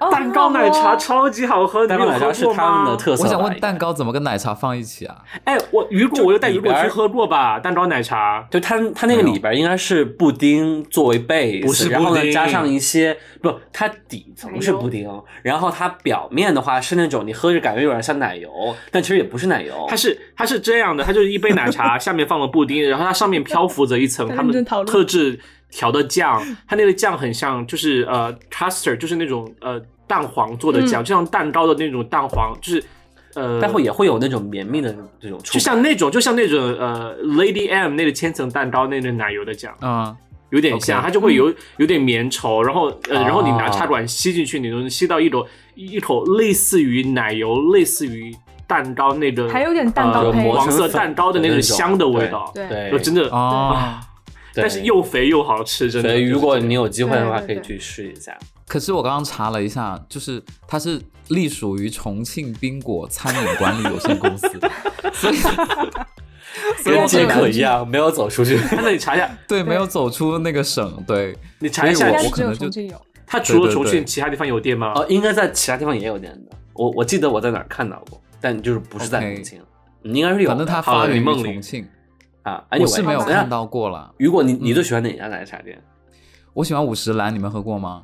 [SPEAKER 3] 哦
[SPEAKER 2] 蛋糕奶茶，超级好喝，啊你
[SPEAKER 1] 蛋
[SPEAKER 2] 有
[SPEAKER 1] 糕奶茶
[SPEAKER 2] 喝
[SPEAKER 1] 是
[SPEAKER 2] 过
[SPEAKER 1] 他们
[SPEAKER 2] 吗
[SPEAKER 1] 的？特色
[SPEAKER 4] 我
[SPEAKER 1] 吧。
[SPEAKER 4] 想问
[SPEAKER 1] 应该
[SPEAKER 4] 蛋，糕怎么跟奶茶放一起啊？
[SPEAKER 2] 哎，我雨果，
[SPEAKER 1] 就
[SPEAKER 2] 我有带雨果
[SPEAKER 1] 里边儿
[SPEAKER 2] 去喝过吧？蛋糕奶茶，
[SPEAKER 1] 就它它那个里边应该是布丁作为 base，
[SPEAKER 2] 不是
[SPEAKER 1] 然后
[SPEAKER 2] 布
[SPEAKER 1] 呢
[SPEAKER 2] 丁哎
[SPEAKER 1] 加上一些不，它底层是布丁，然后它表面的话是那种你喝着感觉有点像奶油，但其实也不是奶油
[SPEAKER 2] 它。是它是这样的，它就是一杯 奶茶，下面放了布丁，然后它上面漂浮着一层
[SPEAKER 3] 在
[SPEAKER 2] 他
[SPEAKER 3] 认
[SPEAKER 2] 们
[SPEAKER 3] 真讨论
[SPEAKER 2] 特制调的酱，它那个酱很像就是呃 custard，就是那种呃蛋黄做的
[SPEAKER 3] 嗯
[SPEAKER 2] 酱，就像蛋糕的那种蛋黄，就是呃，
[SPEAKER 1] 但会也会有那种绵密的这种触
[SPEAKER 2] 就
[SPEAKER 1] 感，
[SPEAKER 2] 像那种就像那种呃 Lady M 那个千层蛋糕那个奶油的酱，
[SPEAKER 4] 嗯，
[SPEAKER 2] 有点像
[SPEAKER 4] OK
[SPEAKER 2] 它就会有有点粘稠，然后呃，
[SPEAKER 1] 哦
[SPEAKER 2] 然后你拿插管吸进去，你能吸到一口一口类似于奶油、类似于蛋糕那个，
[SPEAKER 3] 还有点蛋糕
[SPEAKER 2] 呃
[SPEAKER 3] 胚
[SPEAKER 2] 黄色蛋糕的那种香的味道，
[SPEAKER 3] 对
[SPEAKER 1] 对，
[SPEAKER 2] 就真的，
[SPEAKER 4] 哦，
[SPEAKER 1] 对
[SPEAKER 2] 但是又肥又好吃，真
[SPEAKER 1] 所
[SPEAKER 2] 的。
[SPEAKER 1] 以如果你有机会的话，
[SPEAKER 3] 对
[SPEAKER 1] 可
[SPEAKER 3] 对
[SPEAKER 1] 以
[SPEAKER 3] 对
[SPEAKER 1] 去试一下。
[SPEAKER 4] 可是我刚刚查了一下，就是它是隶属于重庆冰果餐饮管理有限公司，所以
[SPEAKER 3] 以
[SPEAKER 1] 跟
[SPEAKER 3] 我
[SPEAKER 1] 杰
[SPEAKER 3] 觉得
[SPEAKER 1] 克一样，没有走出去。
[SPEAKER 2] 那你查一下，
[SPEAKER 4] 对没有走出那个省，对，
[SPEAKER 2] 你查一下
[SPEAKER 3] 应
[SPEAKER 4] 所以
[SPEAKER 3] 该
[SPEAKER 4] 我
[SPEAKER 3] 是
[SPEAKER 4] 可
[SPEAKER 3] 只有
[SPEAKER 4] 能就
[SPEAKER 3] 重庆有。
[SPEAKER 2] 它除了
[SPEAKER 4] 对对
[SPEAKER 2] 重
[SPEAKER 4] 对啊
[SPEAKER 2] 庆，其他地方有店吗？
[SPEAKER 1] 哦，应该在其他地方也有点的。我我记得我在哪儿看到过，但就是不是在
[SPEAKER 4] OK
[SPEAKER 1] 重庆你应该是有的。
[SPEAKER 4] 反正它
[SPEAKER 1] 哎好
[SPEAKER 4] 发
[SPEAKER 3] 哦
[SPEAKER 1] 你
[SPEAKER 4] 源于
[SPEAKER 1] 梦
[SPEAKER 4] 重
[SPEAKER 1] 里
[SPEAKER 4] 庆，
[SPEAKER 1] 啊，
[SPEAKER 4] 我是没有
[SPEAKER 3] 好吧
[SPEAKER 4] 看。到嗯过了。
[SPEAKER 1] 雨果，你你最喜欢哪家奶茶店？
[SPEAKER 4] 我喜欢五十岚，你们喝过吗？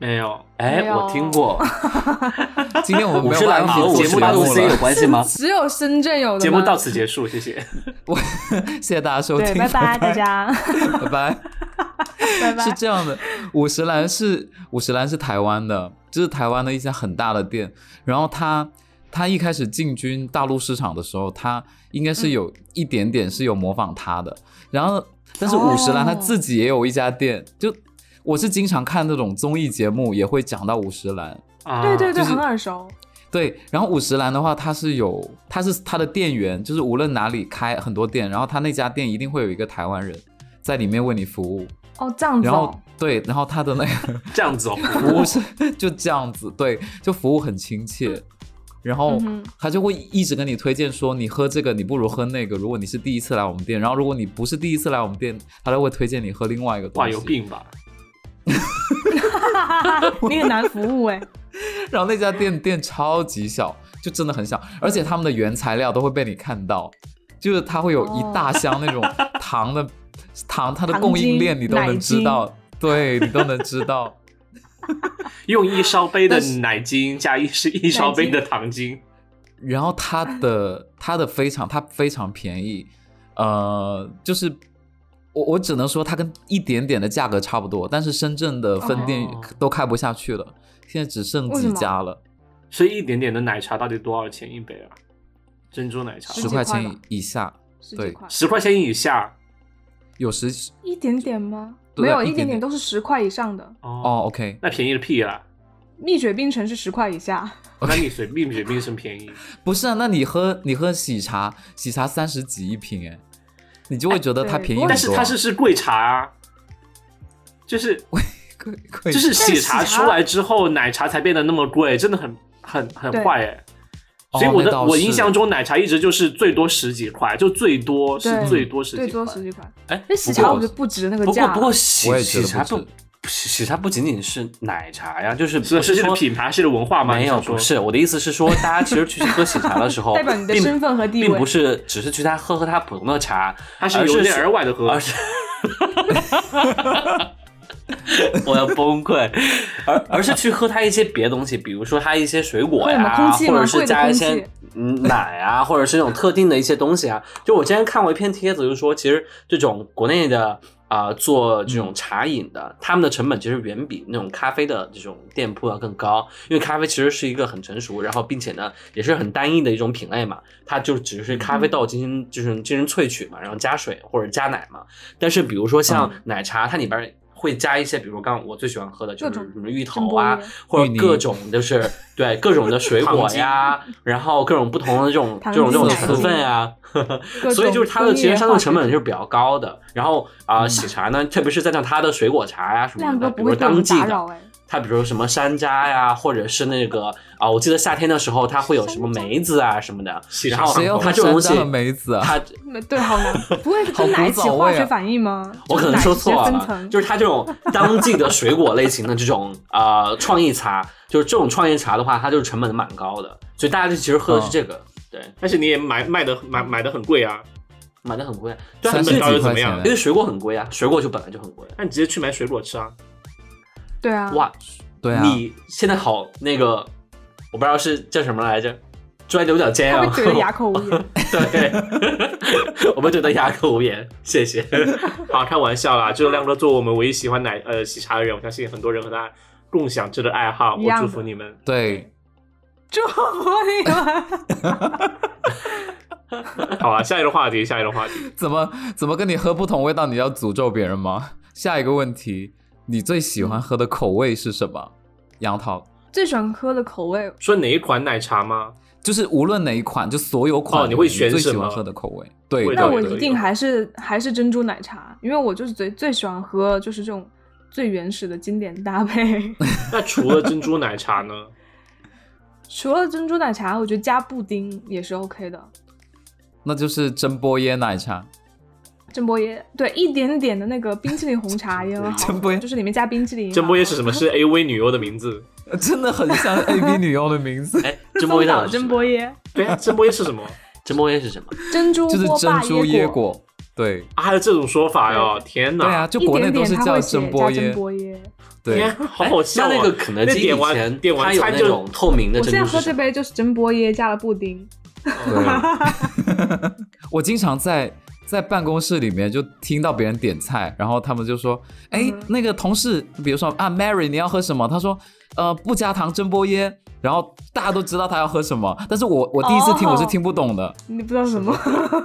[SPEAKER 2] 没有，
[SPEAKER 1] 哎
[SPEAKER 3] 没，有
[SPEAKER 1] 我听 过。
[SPEAKER 4] 今天我们
[SPEAKER 1] 五
[SPEAKER 4] 没
[SPEAKER 1] 十
[SPEAKER 4] 有办
[SPEAKER 1] 岚
[SPEAKER 4] 法
[SPEAKER 1] 和
[SPEAKER 4] 录
[SPEAKER 1] 五
[SPEAKER 4] 节
[SPEAKER 1] 十
[SPEAKER 4] 目
[SPEAKER 1] 八度 C 有
[SPEAKER 4] 了，
[SPEAKER 1] 关系 吗？
[SPEAKER 3] 只有深圳有的吗。
[SPEAKER 2] 节目到此结束，谢谢。
[SPEAKER 4] 谢谢大家收
[SPEAKER 3] 对，
[SPEAKER 4] 听，
[SPEAKER 3] 拜拜大，家，
[SPEAKER 4] 拜拜。
[SPEAKER 3] 拜拜
[SPEAKER 4] 是。这样的，五十岚是五十岚是台湾的，这是台湾的一家很大的店。然后它它一开始进军大陆市场的时候，它应该是有一点点是有模仿它的。然后，但是
[SPEAKER 3] 哦
[SPEAKER 4] 五十岚它自己也有一家店，就我是经常看那种综艺节目也会讲到五十岚。
[SPEAKER 2] 啊
[SPEAKER 3] 对对
[SPEAKER 4] 就
[SPEAKER 3] 对，
[SPEAKER 4] 是
[SPEAKER 3] 很耳熟。
[SPEAKER 4] 对，然后五十岚的话，它是有，它是它的店员，就是无论哪里开很多店，然后它那家店一定会有一个台湾人在里面为你服务。
[SPEAKER 3] 哦，这样子
[SPEAKER 4] 然后
[SPEAKER 3] 哦。
[SPEAKER 4] 对，然后它的那个
[SPEAKER 2] 这样子哦，
[SPEAKER 4] 服务 是就这样子，对，就服务很亲切。然后
[SPEAKER 3] 嗯哼
[SPEAKER 4] 他就会一直跟你推荐说，你喝这个，你不如喝那个。如果你是第一次来我们店，然后如果你不是第一次来我们店，他就会推荐你喝另外一个东
[SPEAKER 2] 哇，
[SPEAKER 4] 西。
[SPEAKER 2] 有！病吧？
[SPEAKER 3] 你很难服务哎、
[SPEAKER 4] 然后那家店店超级小，就真的很小，
[SPEAKER 3] 嗯
[SPEAKER 4] 而且他们的原材料都会被你看到，就是它会有一大箱那种糖的、糖，它的
[SPEAKER 3] 哦糖
[SPEAKER 4] 供应
[SPEAKER 3] 精
[SPEAKER 4] 链你都
[SPEAKER 3] 奶
[SPEAKER 4] 能知
[SPEAKER 3] 精
[SPEAKER 4] 道，对你都能知道。
[SPEAKER 2] 用一烧杯的
[SPEAKER 4] 但是
[SPEAKER 2] 奶精加一是一烧杯的糖精，
[SPEAKER 4] 然后它的它的非常它非常便宜，呃，就是我我只能说它跟一点点的价格差不多，但是深圳的分店
[SPEAKER 2] 哦
[SPEAKER 4] 都开不下去了，现在只剩
[SPEAKER 3] 为
[SPEAKER 4] 几
[SPEAKER 3] 什么
[SPEAKER 4] 家了，
[SPEAKER 2] 所以一点点的奶茶到底多少钱一杯啊？珍珠奶茶
[SPEAKER 3] 十
[SPEAKER 4] 十
[SPEAKER 3] 几
[SPEAKER 4] 块
[SPEAKER 3] 块
[SPEAKER 4] 钱
[SPEAKER 3] 吧
[SPEAKER 4] 以下，
[SPEAKER 3] 十
[SPEAKER 4] 对
[SPEAKER 3] 几块，
[SPEAKER 2] 十块钱以下
[SPEAKER 4] 有十
[SPEAKER 3] 一点点吗？
[SPEAKER 4] 对
[SPEAKER 3] 没有，一
[SPEAKER 4] 一点
[SPEAKER 3] 点点
[SPEAKER 4] 点
[SPEAKER 3] 都是十块以上的，
[SPEAKER 2] 哦，
[SPEAKER 4] 哦，OK，
[SPEAKER 2] 那便宜的屁啦！
[SPEAKER 3] 蜜雪冰城是十块以下。
[SPEAKER 2] 那你随便雪冰城便宜，
[SPEAKER 4] 不是啊，那你喝你喝喜茶，喜茶三十几一瓶，哎，你就会觉得它
[SPEAKER 3] 对
[SPEAKER 4] 便宜
[SPEAKER 3] 不过
[SPEAKER 4] 很多啊，
[SPEAKER 2] 但是它是是贵茶啊，就是
[SPEAKER 4] 贵贵
[SPEAKER 2] 就是
[SPEAKER 3] 但是
[SPEAKER 2] 喜
[SPEAKER 3] 喜
[SPEAKER 2] 茶
[SPEAKER 3] 茶
[SPEAKER 2] 出来之后，奶茶才变得那么贵，真的很很很
[SPEAKER 3] 对
[SPEAKER 2] 坏哎。
[SPEAKER 4] 哦
[SPEAKER 2] 所以我的、
[SPEAKER 4] 那倒是
[SPEAKER 2] 我印象中奶茶一直就是最多十几块，就最多是
[SPEAKER 3] 对
[SPEAKER 2] 最多十
[SPEAKER 3] 最
[SPEAKER 2] 几块
[SPEAKER 3] 多。十几块。
[SPEAKER 1] 哎，
[SPEAKER 3] 那喜
[SPEAKER 1] 不过
[SPEAKER 3] 茶我觉得不值那个
[SPEAKER 1] 不
[SPEAKER 3] 价
[SPEAKER 1] 过。不过喜
[SPEAKER 4] 我也
[SPEAKER 1] 喜
[SPEAKER 4] 觉得
[SPEAKER 1] 茶
[SPEAKER 4] 不
[SPEAKER 1] 不
[SPEAKER 4] 值
[SPEAKER 1] 喜喜茶不仅仅是奶茶呀，就是
[SPEAKER 2] 是
[SPEAKER 1] 不
[SPEAKER 2] 是
[SPEAKER 1] 是
[SPEAKER 2] 这个
[SPEAKER 1] 说
[SPEAKER 2] 品牌，是的文化吗？
[SPEAKER 1] 没有
[SPEAKER 2] 你想
[SPEAKER 1] 不
[SPEAKER 2] 说，
[SPEAKER 1] 是我的意思是说，大家其实去喝喜茶的时候，
[SPEAKER 3] 代表你的
[SPEAKER 1] 哦并
[SPEAKER 3] 身份和地位
[SPEAKER 1] 并不是只是去他喝喝他普通的茶，
[SPEAKER 2] 它是
[SPEAKER 1] 而
[SPEAKER 2] 由
[SPEAKER 1] 是
[SPEAKER 2] 内而外的喝
[SPEAKER 1] 而。是， 我要崩溃，而而是去喝它一些别的东西，比如说它一些水果
[SPEAKER 3] 会有
[SPEAKER 1] 呀，
[SPEAKER 3] 吗空气吗
[SPEAKER 1] 或者是
[SPEAKER 3] 贵的
[SPEAKER 1] 加一
[SPEAKER 3] 空
[SPEAKER 1] 些
[SPEAKER 3] 气
[SPEAKER 1] 嗯奶啊，或者是那种特定的一些东西啊。就我之前看过一篇帖子，就是说其实这种国内的。啊、做这种茶饮的，他们的成本其实远比那种咖啡的这种店铺要更高，因为咖啡其实是一个很成熟，然后并且呢也是很单一的一种品类嘛，它就只是咖
[SPEAKER 3] 嗯
[SPEAKER 1] 啡豆进行就是进行萃取嘛，然后加水或者加奶嘛，但是比如说像
[SPEAKER 3] 嗯
[SPEAKER 1] 奶茶，它里边儿会加一些，比如刚刚我最喜欢喝的就是
[SPEAKER 3] 各种
[SPEAKER 1] 什么芋
[SPEAKER 3] 真
[SPEAKER 1] 头
[SPEAKER 3] 波
[SPEAKER 1] 啊
[SPEAKER 3] 叶，
[SPEAKER 1] 或者
[SPEAKER 4] 芋泥
[SPEAKER 1] 各种就是 对各种的水果呀，然后各种不同的这种这
[SPEAKER 3] 糖
[SPEAKER 1] 种这种
[SPEAKER 4] 精
[SPEAKER 1] 成分啊，
[SPEAKER 3] 各
[SPEAKER 1] 所以
[SPEAKER 3] 种
[SPEAKER 1] 就是它的
[SPEAKER 3] 工
[SPEAKER 1] 其实
[SPEAKER 3] 业
[SPEAKER 1] 相对
[SPEAKER 3] 化
[SPEAKER 1] 成本
[SPEAKER 3] 学
[SPEAKER 1] 就是比较高的。然后啊、喜茶呢，特别是再像它的水果茶呀、什么
[SPEAKER 3] 亮
[SPEAKER 1] 的，
[SPEAKER 3] 哥
[SPEAKER 1] 比
[SPEAKER 3] 不
[SPEAKER 1] 如
[SPEAKER 3] 会对我
[SPEAKER 1] 当
[SPEAKER 3] 们
[SPEAKER 1] 季
[SPEAKER 3] 打
[SPEAKER 1] 的
[SPEAKER 3] 扰， 哎。
[SPEAKER 1] 它比如什么山楂呀，或者是那个啊，我记得夏天的时候它会有什么梅子啊什么的
[SPEAKER 2] 喜，茶
[SPEAKER 1] 然后
[SPEAKER 4] 谁要
[SPEAKER 1] 它
[SPEAKER 4] 喝
[SPEAKER 1] 这种东
[SPEAKER 4] 山楂
[SPEAKER 1] 西
[SPEAKER 4] 和，梅子 啊？
[SPEAKER 1] 它
[SPEAKER 3] 嗯对，好 难，不会
[SPEAKER 4] 好
[SPEAKER 3] 跟奶
[SPEAKER 4] 古
[SPEAKER 3] 一起
[SPEAKER 4] 早
[SPEAKER 3] 化
[SPEAKER 4] 味啊
[SPEAKER 3] 学反应吗？
[SPEAKER 1] 我
[SPEAKER 3] 就
[SPEAKER 1] 可
[SPEAKER 3] 是
[SPEAKER 1] 能
[SPEAKER 3] 奶
[SPEAKER 1] 说
[SPEAKER 3] 直接
[SPEAKER 1] 错
[SPEAKER 3] 分
[SPEAKER 1] 了，啊
[SPEAKER 3] 层
[SPEAKER 1] 就是它这种当季的水果类型的这种呃创意茶，就是这种创意茶的话，它就是成本蛮高的，所以大家就其实喝的
[SPEAKER 4] 哦
[SPEAKER 1] 是这个，对，
[SPEAKER 2] 但是你也买卖的买买的很贵啊，
[SPEAKER 1] 买的很贵，对啊，因
[SPEAKER 4] 三十
[SPEAKER 1] 为
[SPEAKER 2] 本高
[SPEAKER 4] 几
[SPEAKER 2] 又怎
[SPEAKER 4] 块
[SPEAKER 2] 么
[SPEAKER 4] 钱
[SPEAKER 2] 样
[SPEAKER 1] 因
[SPEAKER 4] 哎，
[SPEAKER 1] 为水果很贵啊，水果就本来就很贵。
[SPEAKER 2] 那你直接去买水果吃啊。
[SPEAKER 3] 对啊，
[SPEAKER 1] 哇，
[SPEAKER 4] 对啊，
[SPEAKER 1] 你现在好那个，我不知道是叫什么来着，钻牛角尖
[SPEAKER 3] 他
[SPEAKER 1] 啊
[SPEAKER 3] 被，怼 得哑口无言。
[SPEAKER 1] 对，我们觉得哑口无言，谢谢。
[SPEAKER 2] 好，开玩笑啦，就是亮哥作为我们唯一喜欢奶呃喜茶的人，我相信很多人和他共享这个爱好，
[SPEAKER 3] 一
[SPEAKER 2] 我
[SPEAKER 3] 样的
[SPEAKER 2] 祝福你们。
[SPEAKER 4] 对，
[SPEAKER 3] 祝福你们，
[SPEAKER 2] 好啊，下一个话题，下一个话题。
[SPEAKER 4] 怎么怎么跟你喝不同味道，你要诅咒别人吗？下一个问题，你最喜欢喝的口味是什么？杨桃，
[SPEAKER 3] 最喜欢喝的口味，
[SPEAKER 2] 说哪一款奶茶吗？
[SPEAKER 4] 就是无论哪一款，就所有款
[SPEAKER 2] 哦
[SPEAKER 4] 里面，
[SPEAKER 2] 你会选
[SPEAKER 4] 最
[SPEAKER 2] 什
[SPEAKER 4] 喜欢
[SPEAKER 2] 么
[SPEAKER 4] 喝的口味？对
[SPEAKER 2] 味
[SPEAKER 4] 对
[SPEAKER 3] 那
[SPEAKER 2] 道也
[SPEAKER 3] 我
[SPEAKER 2] 可
[SPEAKER 3] 一
[SPEAKER 2] 以
[SPEAKER 4] 对，
[SPEAKER 3] 定
[SPEAKER 2] 吧
[SPEAKER 3] 还是还是珍珠奶茶，因为我就是最最喜欢喝就是这种最原始的经典搭配。
[SPEAKER 2] 那除了珍珠奶茶呢？
[SPEAKER 3] 除了珍珠奶茶，我觉得加布丁也是 OK 的。
[SPEAKER 4] 那就是真波椰奶茶。
[SPEAKER 3] 郑波椰对一点点的那个冰淇淋红茶也很好喝，
[SPEAKER 4] 郑波椰
[SPEAKER 3] 就是里面加冰淇淋。啊
[SPEAKER 2] 郑波椰是什么？是 A V 女优的名字。
[SPEAKER 4] 真的很像 A B 女优的名字，
[SPEAKER 1] 哎，珍波
[SPEAKER 3] 松
[SPEAKER 1] 椰到
[SPEAKER 3] 岛
[SPEAKER 1] 底是什
[SPEAKER 3] 珍
[SPEAKER 1] 么
[SPEAKER 3] 波椰，
[SPEAKER 2] 对啊，真波椰是什么
[SPEAKER 1] 珍波椰是什么？
[SPEAKER 3] 珍珠
[SPEAKER 4] 就是
[SPEAKER 3] 波
[SPEAKER 4] 珍
[SPEAKER 3] 霸
[SPEAKER 4] 珠
[SPEAKER 3] 椰
[SPEAKER 4] 椰，果。对
[SPEAKER 2] 啊？还有这种说法哟！天哪，
[SPEAKER 4] 对啊，就
[SPEAKER 3] 一
[SPEAKER 4] 国内
[SPEAKER 3] 点
[SPEAKER 4] 都
[SPEAKER 3] 点
[SPEAKER 4] 是
[SPEAKER 3] 它
[SPEAKER 4] 叫
[SPEAKER 3] 会写
[SPEAKER 4] 珍
[SPEAKER 3] 加
[SPEAKER 4] 波
[SPEAKER 3] 珍
[SPEAKER 4] 椰，
[SPEAKER 3] 波椰。
[SPEAKER 4] 对
[SPEAKER 2] 天，，好好笑啊！
[SPEAKER 1] 哎那那个肯德
[SPEAKER 2] 那
[SPEAKER 1] 基以
[SPEAKER 2] 点完
[SPEAKER 1] 前
[SPEAKER 2] 点完
[SPEAKER 1] 它有
[SPEAKER 2] 餐
[SPEAKER 1] 那
[SPEAKER 2] 就
[SPEAKER 1] 种透明的
[SPEAKER 3] 我
[SPEAKER 1] 珍
[SPEAKER 3] 现在
[SPEAKER 1] 珠
[SPEAKER 3] 喝
[SPEAKER 1] 是
[SPEAKER 3] 这
[SPEAKER 1] 什么？
[SPEAKER 3] 杯就是珍波椰加了布丁，
[SPEAKER 4] 对，我经常在在办公室里面就听到别人点菜，然后他们就说：“哎，
[SPEAKER 3] 嗯
[SPEAKER 4] 那个同事，比如说啊，Mary，你要喝什么？”他说：“呃，不加糖真波椰。”然后大家都知道他要喝什么，但是我我第一次听
[SPEAKER 3] 哦
[SPEAKER 4] 我是听不懂的，
[SPEAKER 3] 你不知道是什么？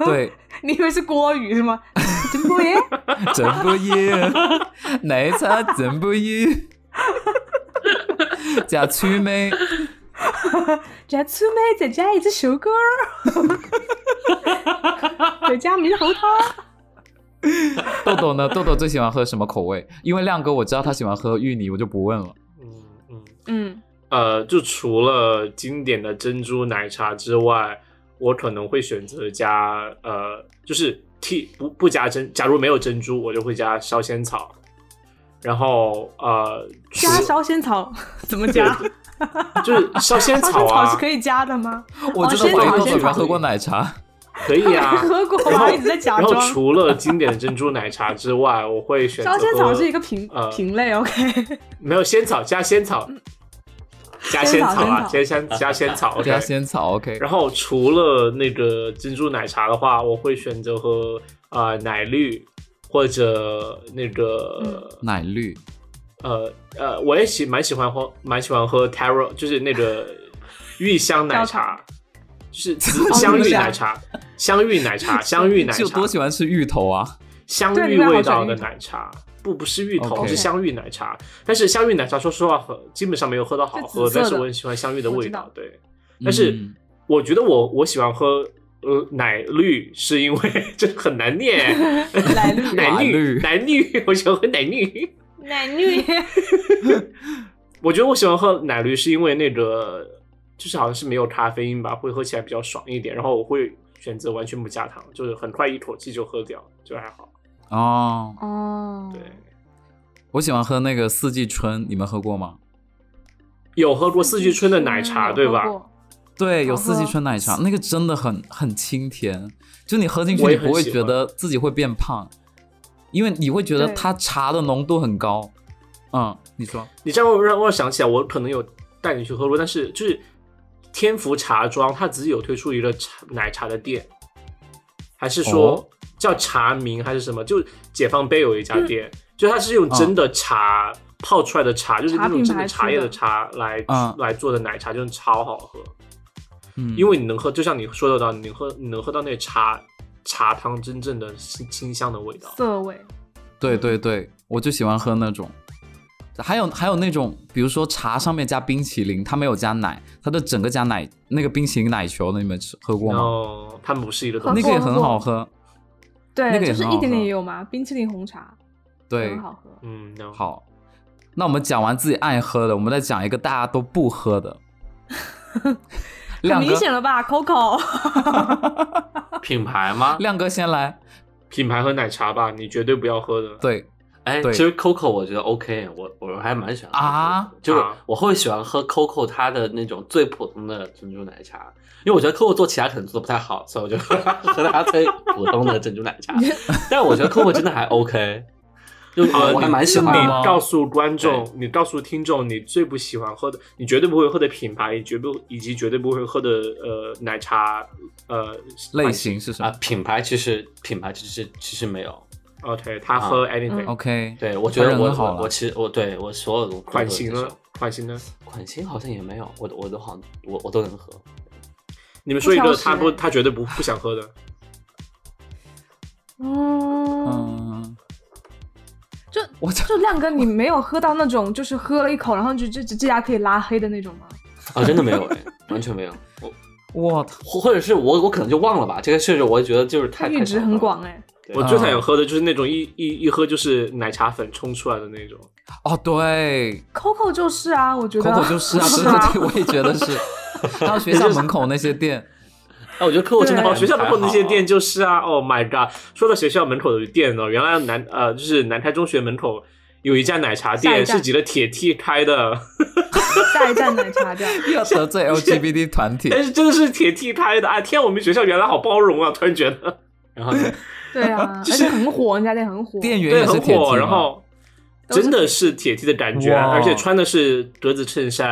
[SPEAKER 4] 对，
[SPEAKER 3] 你以为是锅语是吗？珍波椰，
[SPEAKER 4] 真波椰，奶茶真波椰，加曲妹，
[SPEAKER 3] 加醋妹，再加一只小狗儿，再加猕猴桃。
[SPEAKER 4] 豆豆呢？豆豆最喜欢喝什么口味？因为亮哥我知道他喜欢喝芋泥，我就不问了。
[SPEAKER 2] 嗯嗯，
[SPEAKER 3] 嗯，
[SPEAKER 2] 呃，就除了经典的珍珠奶茶之外，我可能会选择加呃，就是替不不加珍，假如没有珍珠，我就会加烧仙草。然后呃，除
[SPEAKER 3] 加烧仙草怎么加？
[SPEAKER 2] 就是烧仙
[SPEAKER 3] 烧
[SPEAKER 2] 草
[SPEAKER 3] 仙草
[SPEAKER 2] 啊
[SPEAKER 3] 是，可以加的吗？
[SPEAKER 4] 我真
[SPEAKER 3] 哦先
[SPEAKER 4] 的怀
[SPEAKER 3] 炒
[SPEAKER 4] 疑豆豆
[SPEAKER 3] 先
[SPEAKER 4] 有没有
[SPEAKER 3] 炒
[SPEAKER 4] 喝过奶茶。
[SPEAKER 2] 可以啊。
[SPEAKER 3] 喝过
[SPEAKER 2] 然
[SPEAKER 3] 吗？
[SPEAKER 2] 后
[SPEAKER 3] 一直在假
[SPEAKER 2] 然后
[SPEAKER 3] 装。
[SPEAKER 2] 除了经典的珍珠奶茶之外，我会选择
[SPEAKER 3] 烧仙草
[SPEAKER 2] 喝
[SPEAKER 3] 是一个品
[SPEAKER 2] 呃
[SPEAKER 3] 品类，OK。
[SPEAKER 2] 没有仙草加仙草，加仙草啊，加
[SPEAKER 3] 嗯仙
[SPEAKER 2] 仙加仙草，OK，
[SPEAKER 4] 加仙草，OK。
[SPEAKER 2] 然后除了那个珍珠奶茶的话，我会选择喝啊、呃奶绿或者那
[SPEAKER 3] 嗯
[SPEAKER 2] 个、
[SPEAKER 4] 奶绿，
[SPEAKER 2] 呃呃，我也喜蛮喜欢喝蛮喜欢喝 taro，就是那个芋香奶茶， 就是紫
[SPEAKER 3] 哦
[SPEAKER 2] 香
[SPEAKER 3] 芋
[SPEAKER 2] 芋
[SPEAKER 3] 香
[SPEAKER 2] 奶茶，香芋奶茶，香芋奶
[SPEAKER 4] 就
[SPEAKER 2] 茶
[SPEAKER 4] 多，喜欢吃芋头啊！
[SPEAKER 2] 香
[SPEAKER 3] 对
[SPEAKER 2] 芋
[SPEAKER 3] 你们好
[SPEAKER 2] 味
[SPEAKER 3] 喜欢
[SPEAKER 2] 道的
[SPEAKER 3] 芋头
[SPEAKER 2] 奶茶。不，不是芋头，
[SPEAKER 4] OK
[SPEAKER 2] 是香芋奶茶。但是香芋奶茶，说实话，很基本上没有喝到好
[SPEAKER 3] 是紫
[SPEAKER 2] 喝，但
[SPEAKER 3] 色
[SPEAKER 2] 是
[SPEAKER 3] 的
[SPEAKER 2] 我很喜欢香芋的
[SPEAKER 3] 我
[SPEAKER 2] 味
[SPEAKER 3] 知
[SPEAKER 2] 道
[SPEAKER 3] 道。
[SPEAKER 2] 对，但是
[SPEAKER 4] 嗯
[SPEAKER 2] 我觉得我我喜欢喝呃奶绿，是因为这很难念，
[SPEAKER 3] 奶 绿，
[SPEAKER 2] 奶绿
[SPEAKER 4] 奶绿
[SPEAKER 2] 奶绿， 我喜欢喝奶绿。
[SPEAKER 3] 奶 绿，
[SPEAKER 2] 我觉得我喜欢喝奶绿是因为那个就是好像是没有咖啡因吧，会喝起来比较爽一点。然后我会选择完全不加糖，就是很快一口气就喝掉，就还好。
[SPEAKER 4] 哦，
[SPEAKER 3] 哦，
[SPEAKER 2] 对，
[SPEAKER 4] 我喜欢喝那个四季春，你们喝过吗？
[SPEAKER 2] 有喝过四季春的奶茶
[SPEAKER 3] 嗯
[SPEAKER 2] 对吧？？
[SPEAKER 4] 对，有
[SPEAKER 3] 好
[SPEAKER 4] 四季
[SPEAKER 3] 喝
[SPEAKER 4] 春奶茶，那个真的很很清甜，就你喝进去，
[SPEAKER 2] 我
[SPEAKER 4] 你
[SPEAKER 2] 也很
[SPEAKER 4] 不会
[SPEAKER 2] 喜
[SPEAKER 4] 觉
[SPEAKER 2] 欢
[SPEAKER 4] 得自己会变胖，因为你会觉得
[SPEAKER 3] 对
[SPEAKER 4] 它茶的浓度很高。嗯，你说
[SPEAKER 2] 你这样让我想起来，我可能有带你去喝过，但是就是天福茶庄，它自己有推出一个茶奶茶的店，还是说
[SPEAKER 4] 哦
[SPEAKER 2] 叫茶明还是什么？就解放碑有一家店，
[SPEAKER 4] 嗯
[SPEAKER 2] 就它是用真的茶、泡出来的茶，就是那种真的茶叶的茶来
[SPEAKER 4] 嗯
[SPEAKER 2] 来做的奶茶，真的超好喝。
[SPEAKER 4] 嗯
[SPEAKER 2] 因为你能喝，就像你说得到，你喝你能喝到那茶茶汤真正的清清香的味道。
[SPEAKER 3] 涩味，
[SPEAKER 4] 对对对，我就喜欢喝那种。还有还有那种，比如说茶上面加冰淇淋，它没有加奶，它的整个加奶那个冰淇淋奶球，你们吃喝过
[SPEAKER 2] 然
[SPEAKER 4] 吗？
[SPEAKER 2] 后它不是一个
[SPEAKER 3] 喝
[SPEAKER 2] 东
[SPEAKER 4] 那
[SPEAKER 2] 西
[SPEAKER 4] 个
[SPEAKER 3] 过，
[SPEAKER 4] 也
[SPEAKER 3] 喝
[SPEAKER 4] 很
[SPEAKER 3] 过
[SPEAKER 4] 好喝。那
[SPEAKER 3] 对，
[SPEAKER 4] 个也
[SPEAKER 3] 就
[SPEAKER 4] 很
[SPEAKER 3] 是
[SPEAKER 4] 好
[SPEAKER 3] 一点点
[SPEAKER 4] 喝
[SPEAKER 3] 也有嘛，冰淇淋红茶
[SPEAKER 4] 对
[SPEAKER 3] 很，好喝。
[SPEAKER 2] 嗯，no，
[SPEAKER 4] 好，那我们讲完自己爱喝的，我们再讲一个大家都不 喝的。
[SPEAKER 3] 很
[SPEAKER 4] 亮
[SPEAKER 3] 明
[SPEAKER 4] 哥，
[SPEAKER 3] 显了吧，Coco？
[SPEAKER 1] 品牌吗？
[SPEAKER 4] 亮哥先来。
[SPEAKER 2] 品牌喝奶茶吧，你绝对不要喝的。
[SPEAKER 4] 对，
[SPEAKER 1] 哎，
[SPEAKER 4] 对
[SPEAKER 1] 其实 Coco 我觉得 OK，我我还蛮喜欢喝 Coco 的
[SPEAKER 4] 啊
[SPEAKER 1] 就是
[SPEAKER 2] 啊
[SPEAKER 1] 我会喜欢喝 Coco 它的那种最普通的珍珠奶茶，因为我觉得 Coco 做其他可能做的不太好，所以我就 喝它最普通的珍珠奶 茶。但我觉得 Coco 真的还 OK，就
[SPEAKER 2] 好，
[SPEAKER 1] 啊我我还蛮喜欢
[SPEAKER 2] 呃你
[SPEAKER 1] 的。
[SPEAKER 2] 告诉观众，你告诉听众，你最不喜欢喝的，你绝对不会喝的品牌，你绝不以及绝对不会喝的呃奶茶呃
[SPEAKER 4] 类型是什
[SPEAKER 1] 啊
[SPEAKER 4] 么，
[SPEAKER 1] 品牌其实品牌其实其实没有，
[SPEAKER 2] OK，他哦喝
[SPEAKER 1] 啊
[SPEAKER 2] anything、
[SPEAKER 3] 嗯
[SPEAKER 4] ？OK，
[SPEAKER 1] 对我觉得
[SPEAKER 4] 人
[SPEAKER 1] 我
[SPEAKER 4] 很好
[SPEAKER 1] 我
[SPEAKER 4] 了
[SPEAKER 1] 我其实我对我所有的
[SPEAKER 2] 款型
[SPEAKER 1] 呢
[SPEAKER 2] 呢？，款型呢？
[SPEAKER 1] 款型好像也没有，我我都好像我我都能喝。
[SPEAKER 2] 你们说一
[SPEAKER 3] 不
[SPEAKER 2] 个
[SPEAKER 3] 挑食
[SPEAKER 2] 他不他绝对不不想喝的，
[SPEAKER 3] 嗯，
[SPEAKER 4] 嗯，
[SPEAKER 3] 就
[SPEAKER 4] 我操，
[SPEAKER 3] 就亮哥，你没有喝到那种就是喝了一口，然后就就指甲可以拉黑的那种吗？
[SPEAKER 1] 啊，真的没有哎，完全没有。我
[SPEAKER 4] 我
[SPEAKER 1] 或或者是我我可能就忘了吧，这个事实我觉得就是太
[SPEAKER 3] 它阈值很，广
[SPEAKER 1] 太少了
[SPEAKER 3] 哎，
[SPEAKER 1] 对
[SPEAKER 2] 我最讨厌喝的就是那种一一一喝就是奶茶粉冲出来的那种。
[SPEAKER 4] 哦，对
[SPEAKER 3] Coco 就是啊，我觉得
[SPEAKER 4] ，Coco 就是 啊，对
[SPEAKER 3] 是
[SPEAKER 4] 对
[SPEAKER 3] 啊，
[SPEAKER 4] 对，我也觉得是。还有学校门口那 些店，
[SPEAKER 1] 哎，我觉得客户真的
[SPEAKER 3] 对
[SPEAKER 1] 好，
[SPEAKER 2] 哦，学校门口那些店
[SPEAKER 1] 就
[SPEAKER 2] 就是啊，Oh my god！说到学校门口的店呢，原来南呃就是南开中学门口有一家奶茶
[SPEAKER 3] 下一
[SPEAKER 2] 店
[SPEAKER 3] 站
[SPEAKER 2] 是几个铁梯开的，
[SPEAKER 3] 下一站奶茶店。
[SPEAKER 4] 又要得罪 LGBT 团体，
[SPEAKER 2] 但是哎真的是铁剃开的啊！天，我们学校原来好包容啊！突然觉 得，然后呢
[SPEAKER 3] 对啊，而且很火，那家店很火。
[SPEAKER 4] 店员
[SPEAKER 2] 对
[SPEAKER 4] 也
[SPEAKER 2] 很
[SPEAKER 4] 是铁啊
[SPEAKER 2] 火，
[SPEAKER 4] 蹄
[SPEAKER 2] 然
[SPEAKER 4] 嘛。
[SPEAKER 2] 后真的是铁剃的感觉，啊
[SPEAKER 4] 哇
[SPEAKER 2] 而且穿的是格子衬衫，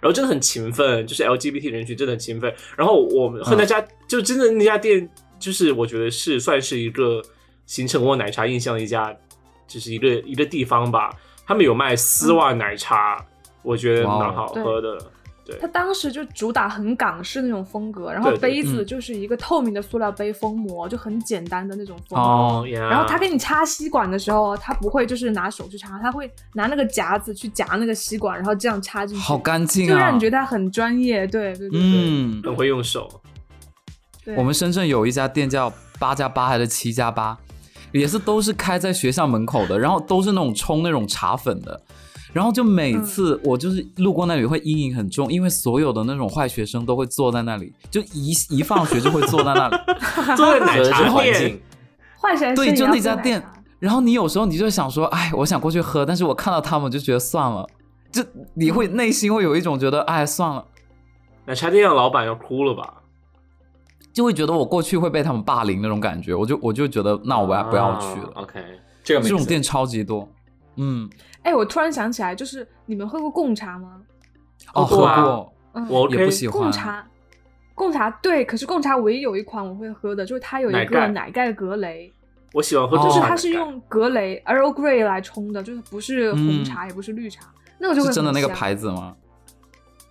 [SPEAKER 2] 然后真的很勤奋，就是 LGBT 人群真的很勤奋。然后我们和那家、就真的那家店，就是我觉得是算是一个形成我奶茶印象的一家，就是一个一个地方吧。他们有卖丝袜奶茶，我觉得蛮好喝的。
[SPEAKER 3] 他当时就主打很港式那种风格，然后
[SPEAKER 2] 对对
[SPEAKER 3] 杯子
[SPEAKER 4] 嗯
[SPEAKER 3] 就是一个透明的塑料杯封膜，就很简单的那种封膜。
[SPEAKER 4] 哦，
[SPEAKER 2] 呀
[SPEAKER 3] 然后他给你插吸管的时候，他不会就是拿手去插，他会拿那个夹子去夹那个吸管，然后这样插进去，
[SPEAKER 4] 好干净
[SPEAKER 3] 就让
[SPEAKER 4] 啊
[SPEAKER 3] 你！觉得他很专业。对对对
[SPEAKER 4] 嗯，
[SPEAKER 2] 很会用 手，
[SPEAKER 3] 对，
[SPEAKER 4] 我们深圳有一家店叫八加八还是七加八，也是都是开在学校门口的，然后都是那种冲那种茶粉的，然后就每次
[SPEAKER 1] 嗯
[SPEAKER 4] 我就是路过那里会阴影很重，因为所有的那种坏学生都会坐在那里，就一一放学就会坐在 那里，
[SPEAKER 2] 坐在 奶
[SPEAKER 1] 这
[SPEAKER 2] 茶
[SPEAKER 1] 环
[SPEAKER 2] 店
[SPEAKER 1] 境，
[SPEAKER 3] 换起来
[SPEAKER 4] 对，就那家店
[SPEAKER 3] 店。。
[SPEAKER 4] 然后你有时候你就想说，哎，我想过去喝，但是我看到他们就觉得算了，就你会内心会有一种觉得，哎，算了，
[SPEAKER 2] 奶茶店的老板要哭了吧？
[SPEAKER 4] 就会觉得我过去会被他们霸凌那种感觉，我就我就觉得，那我要不要去了？
[SPEAKER 1] 啊 OK，这个没
[SPEAKER 4] 这种
[SPEAKER 1] 意思
[SPEAKER 4] 店超级多，嗯，
[SPEAKER 3] 哎，我突然想起来，就是你们喝过贡茶吗？
[SPEAKER 4] 哦，
[SPEAKER 2] 喝
[SPEAKER 4] 喝
[SPEAKER 2] 过啊
[SPEAKER 4] 过，
[SPEAKER 3] 嗯，
[SPEAKER 2] 我 OK，
[SPEAKER 4] 也不喜欢
[SPEAKER 3] 贡。茶，贡茶对，可是贡茶唯一有一款我会喝的，就是它有
[SPEAKER 2] 奶
[SPEAKER 3] 一个
[SPEAKER 2] 盖
[SPEAKER 3] 奶盖格雷，
[SPEAKER 2] 我喜欢喝
[SPEAKER 4] 哦
[SPEAKER 2] 这种
[SPEAKER 3] 就是
[SPEAKER 2] 奶盖，
[SPEAKER 3] 它是用格雷 Earl Grey 来冲的，就是不是红茶、也不是绿茶，那个就会
[SPEAKER 4] 嗯是真的那个
[SPEAKER 3] 很香
[SPEAKER 4] 牌，子吗？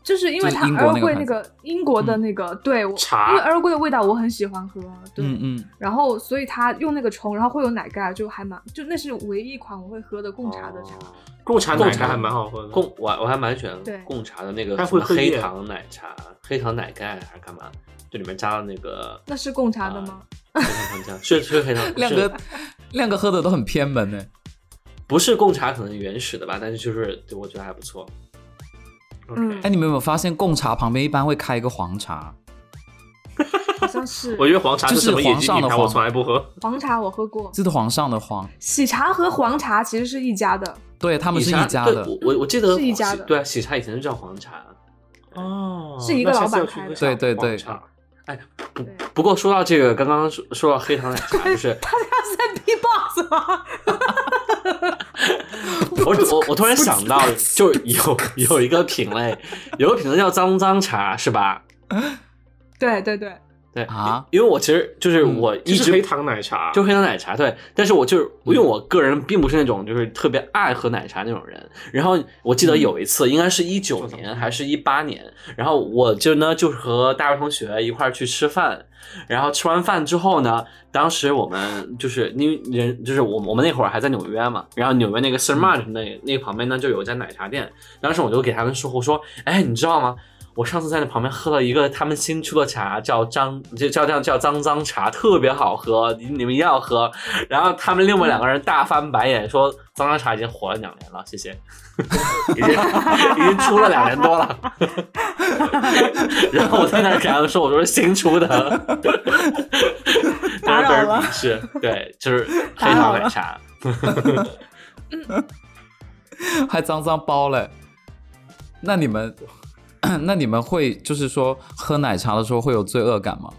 [SPEAKER 3] 就是因为它
[SPEAKER 4] 就是英国
[SPEAKER 3] Earl
[SPEAKER 4] 那
[SPEAKER 3] Grey
[SPEAKER 4] 个牌
[SPEAKER 3] 那
[SPEAKER 4] 子
[SPEAKER 3] 个英国的那个、对我
[SPEAKER 2] 茶
[SPEAKER 3] 因为 Earl Grey 的味道我很喜欢喝，对，
[SPEAKER 4] 嗯嗯，，
[SPEAKER 3] 然后所以它用那个冲，然后会有奶盖，啊就还蛮就那是唯一一款我会喝的贡茶的茶，
[SPEAKER 1] 哦
[SPEAKER 2] 贡茶奶
[SPEAKER 1] 贡
[SPEAKER 2] 茶
[SPEAKER 1] 茶
[SPEAKER 2] 还蛮好喝的。
[SPEAKER 1] 贡，我我还蛮喜欢
[SPEAKER 3] 对
[SPEAKER 1] 贡茶的那个
[SPEAKER 2] 它
[SPEAKER 1] 什么
[SPEAKER 2] 会喝
[SPEAKER 1] 黑
[SPEAKER 2] 液
[SPEAKER 1] 糖奶茶、黑糖奶盖还是干嘛，就里面加了那个
[SPEAKER 3] 那是贡茶的吗？
[SPEAKER 1] 黑糖糖浆，是是黑糖
[SPEAKER 4] 亮
[SPEAKER 1] 是
[SPEAKER 4] 哥，亮哥喝的都很偏门呢。
[SPEAKER 1] 不是贡茶可能原始的吧，但是就是对我觉得还不错。
[SPEAKER 3] 嗯
[SPEAKER 2] OK，
[SPEAKER 4] 哎，你们有没有发现贡茶旁边一般会开一个黄茶？
[SPEAKER 3] 好像是
[SPEAKER 2] 我觉得黄茶
[SPEAKER 4] 就是
[SPEAKER 2] 什么野
[SPEAKER 4] 皇
[SPEAKER 2] 鸡
[SPEAKER 4] 上
[SPEAKER 2] 品
[SPEAKER 4] 的
[SPEAKER 2] 牌，我
[SPEAKER 4] 皇
[SPEAKER 2] 从来不喝。
[SPEAKER 3] 黄茶我喝过，
[SPEAKER 4] 这是皇上的皇，
[SPEAKER 3] 喜茶和黄茶其实是一家的。
[SPEAKER 4] 对他
[SPEAKER 1] 他
[SPEAKER 4] 们是一家的，
[SPEAKER 1] 我我我记得
[SPEAKER 3] 是一家的
[SPEAKER 1] 喜对啊，喜茶以前是叫黄茶。
[SPEAKER 2] 哦
[SPEAKER 3] 是一个老板开的
[SPEAKER 4] 对对对
[SPEAKER 1] 哎，不
[SPEAKER 3] 对
[SPEAKER 1] 不过说到这个，刚刚说说到黑糖奶茶，就是
[SPEAKER 3] 他家是在 B box 吗？
[SPEAKER 1] 我我我突然想到，就是有有一个品类，有个品类叫脏脏茶，是吧？
[SPEAKER 3] 对对对，
[SPEAKER 1] 对
[SPEAKER 4] 啊，
[SPEAKER 1] 因为我其实就是
[SPEAKER 4] 嗯
[SPEAKER 1] 我
[SPEAKER 2] 一
[SPEAKER 1] 一
[SPEAKER 2] 直
[SPEAKER 1] 直
[SPEAKER 2] 黑糖奶茶，
[SPEAKER 1] 就黑糖奶茶，对。但是我就是因为我个人并不是那种就是特别爱喝奶茶那种人。然后我记得有一次，应该是一九年还是一八年，然后我就呢就是和大学同学一块儿去吃饭，然后吃完饭之后呢，当时我们就是因为人就是我我们那会儿还在纽约嘛，然后纽约那个 s i r m a r t 那那个旁边呢就有一家奶茶店，当时我就给他们说，我说，哎，你知道吗？我上次在那旁边喝了一个他们新出的茶，叫脏，就叫叫叫脏脏茶，特别好喝，你你们一定要喝。然后他们另外两个人大翻白眼，说脏脏茶已经火了两年了，谢谢，已经已经出了两年多了。然后我在那儿给他们说，我说是新出 的，当
[SPEAKER 3] 打
[SPEAKER 1] 然被
[SPEAKER 3] 扰
[SPEAKER 1] 人
[SPEAKER 3] 了
[SPEAKER 1] 鄙视，对，就是黑
[SPEAKER 3] 打扰
[SPEAKER 1] 糖
[SPEAKER 3] 了
[SPEAKER 1] 奶茶。
[SPEAKER 4] 还脏脏包嘞。那你们，那你们会就是说喝奶茶的时候会有罪恶感吗？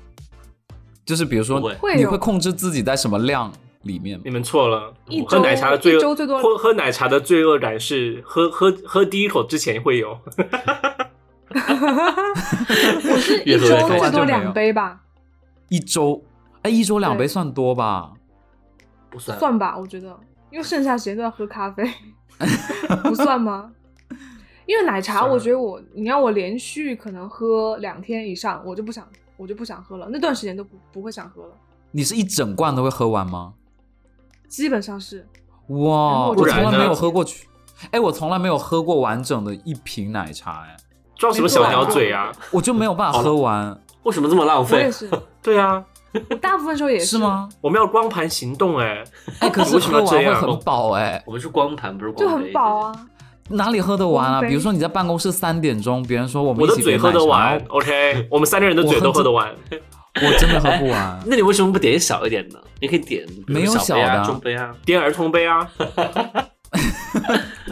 [SPEAKER 4] 就是比如说
[SPEAKER 1] 不会，
[SPEAKER 3] 会
[SPEAKER 4] 你
[SPEAKER 3] 有
[SPEAKER 4] 会控制自己在什么量里面吗
[SPEAKER 2] 你？们错了
[SPEAKER 3] 一。
[SPEAKER 2] 喝
[SPEAKER 3] 周
[SPEAKER 2] 奶茶的罪
[SPEAKER 3] 一周
[SPEAKER 2] 恶，
[SPEAKER 3] 最多
[SPEAKER 2] 喝喝奶茶的罪恶感是喝喝喝第一口之前会有，
[SPEAKER 3] 我是一
[SPEAKER 1] 越
[SPEAKER 3] 周
[SPEAKER 1] 喝越多
[SPEAKER 3] 最多两杯吧，
[SPEAKER 4] 一周，哎，一周两
[SPEAKER 3] 对
[SPEAKER 4] 杯算多吧？
[SPEAKER 1] 不算
[SPEAKER 3] 算吧，我觉得，因为剩下时间都在喝咖啡， 不算吗？因为奶茶，
[SPEAKER 2] 算
[SPEAKER 3] 我觉得我你让我连续可能喝两天以上，我就不想，我就不想喝了，那段时间都不不会想喝了，
[SPEAKER 4] 你是一整罐都会喝完吗？
[SPEAKER 3] 基本上是然
[SPEAKER 4] 哇，
[SPEAKER 3] 后
[SPEAKER 4] 我
[SPEAKER 3] 就
[SPEAKER 4] 从来
[SPEAKER 2] 不然呢
[SPEAKER 4] 没有喝过去，哎，我从来没有喝过完整的一瓶奶茶，哎，
[SPEAKER 2] 装什么小鸟嘴啊？
[SPEAKER 4] 我就没有办法喝完，
[SPEAKER 1] 为什么这么浪
[SPEAKER 3] 我
[SPEAKER 1] 费
[SPEAKER 3] 也？是，
[SPEAKER 2] 对啊，
[SPEAKER 3] 我大部分时候也
[SPEAKER 4] 是？吗？
[SPEAKER 2] 我们要光盘行动哎，
[SPEAKER 4] 哎，可是
[SPEAKER 2] 为什么要
[SPEAKER 4] 喝完
[SPEAKER 2] 这
[SPEAKER 4] 会
[SPEAKER 2] 样？
[SPEAKER 4] 很饱，哎，
[SPEAKER 1] 我们是光盘，不是光
[SPEAKER 3] 就
[SPEAKER 1] 杯
[SPEAKER 3] 很饱。啊，
[SPEAKER 4] 哪里喝得完啊？
[SPEAKER 3] 光杯
[SPEAKER 4] 比如说你在办公室三点钟，别人说我们
[SPEAKER 2] 我
[SPEAKER 4] 一
[SPEAKER 2] 的
[SPEAKER 4] 起点
[SPEAKER 2] 嘴
[SPEAKER 4] 奶
[SPEAKER 2] 喝
[SPEAKER 4] 茶，
[SPEAKER 2] 得 完，OK，我们三个人的嘴都喝得完。
[SPEAKER 4] 我真的喝不 完。
[SPEAKER 1] 那你为什么不点小一点呢？你可以点比如
[SPEAKER 4] 没有
[SPEAKER 1] 小杯
[SPEAKER 4] 小的
[SPEAKER 1] 啊、
[SPEAKER 4] 啊
[SPEAKER 1] 中杯啊。
[SPEAKER 2] 点儿童杯啊，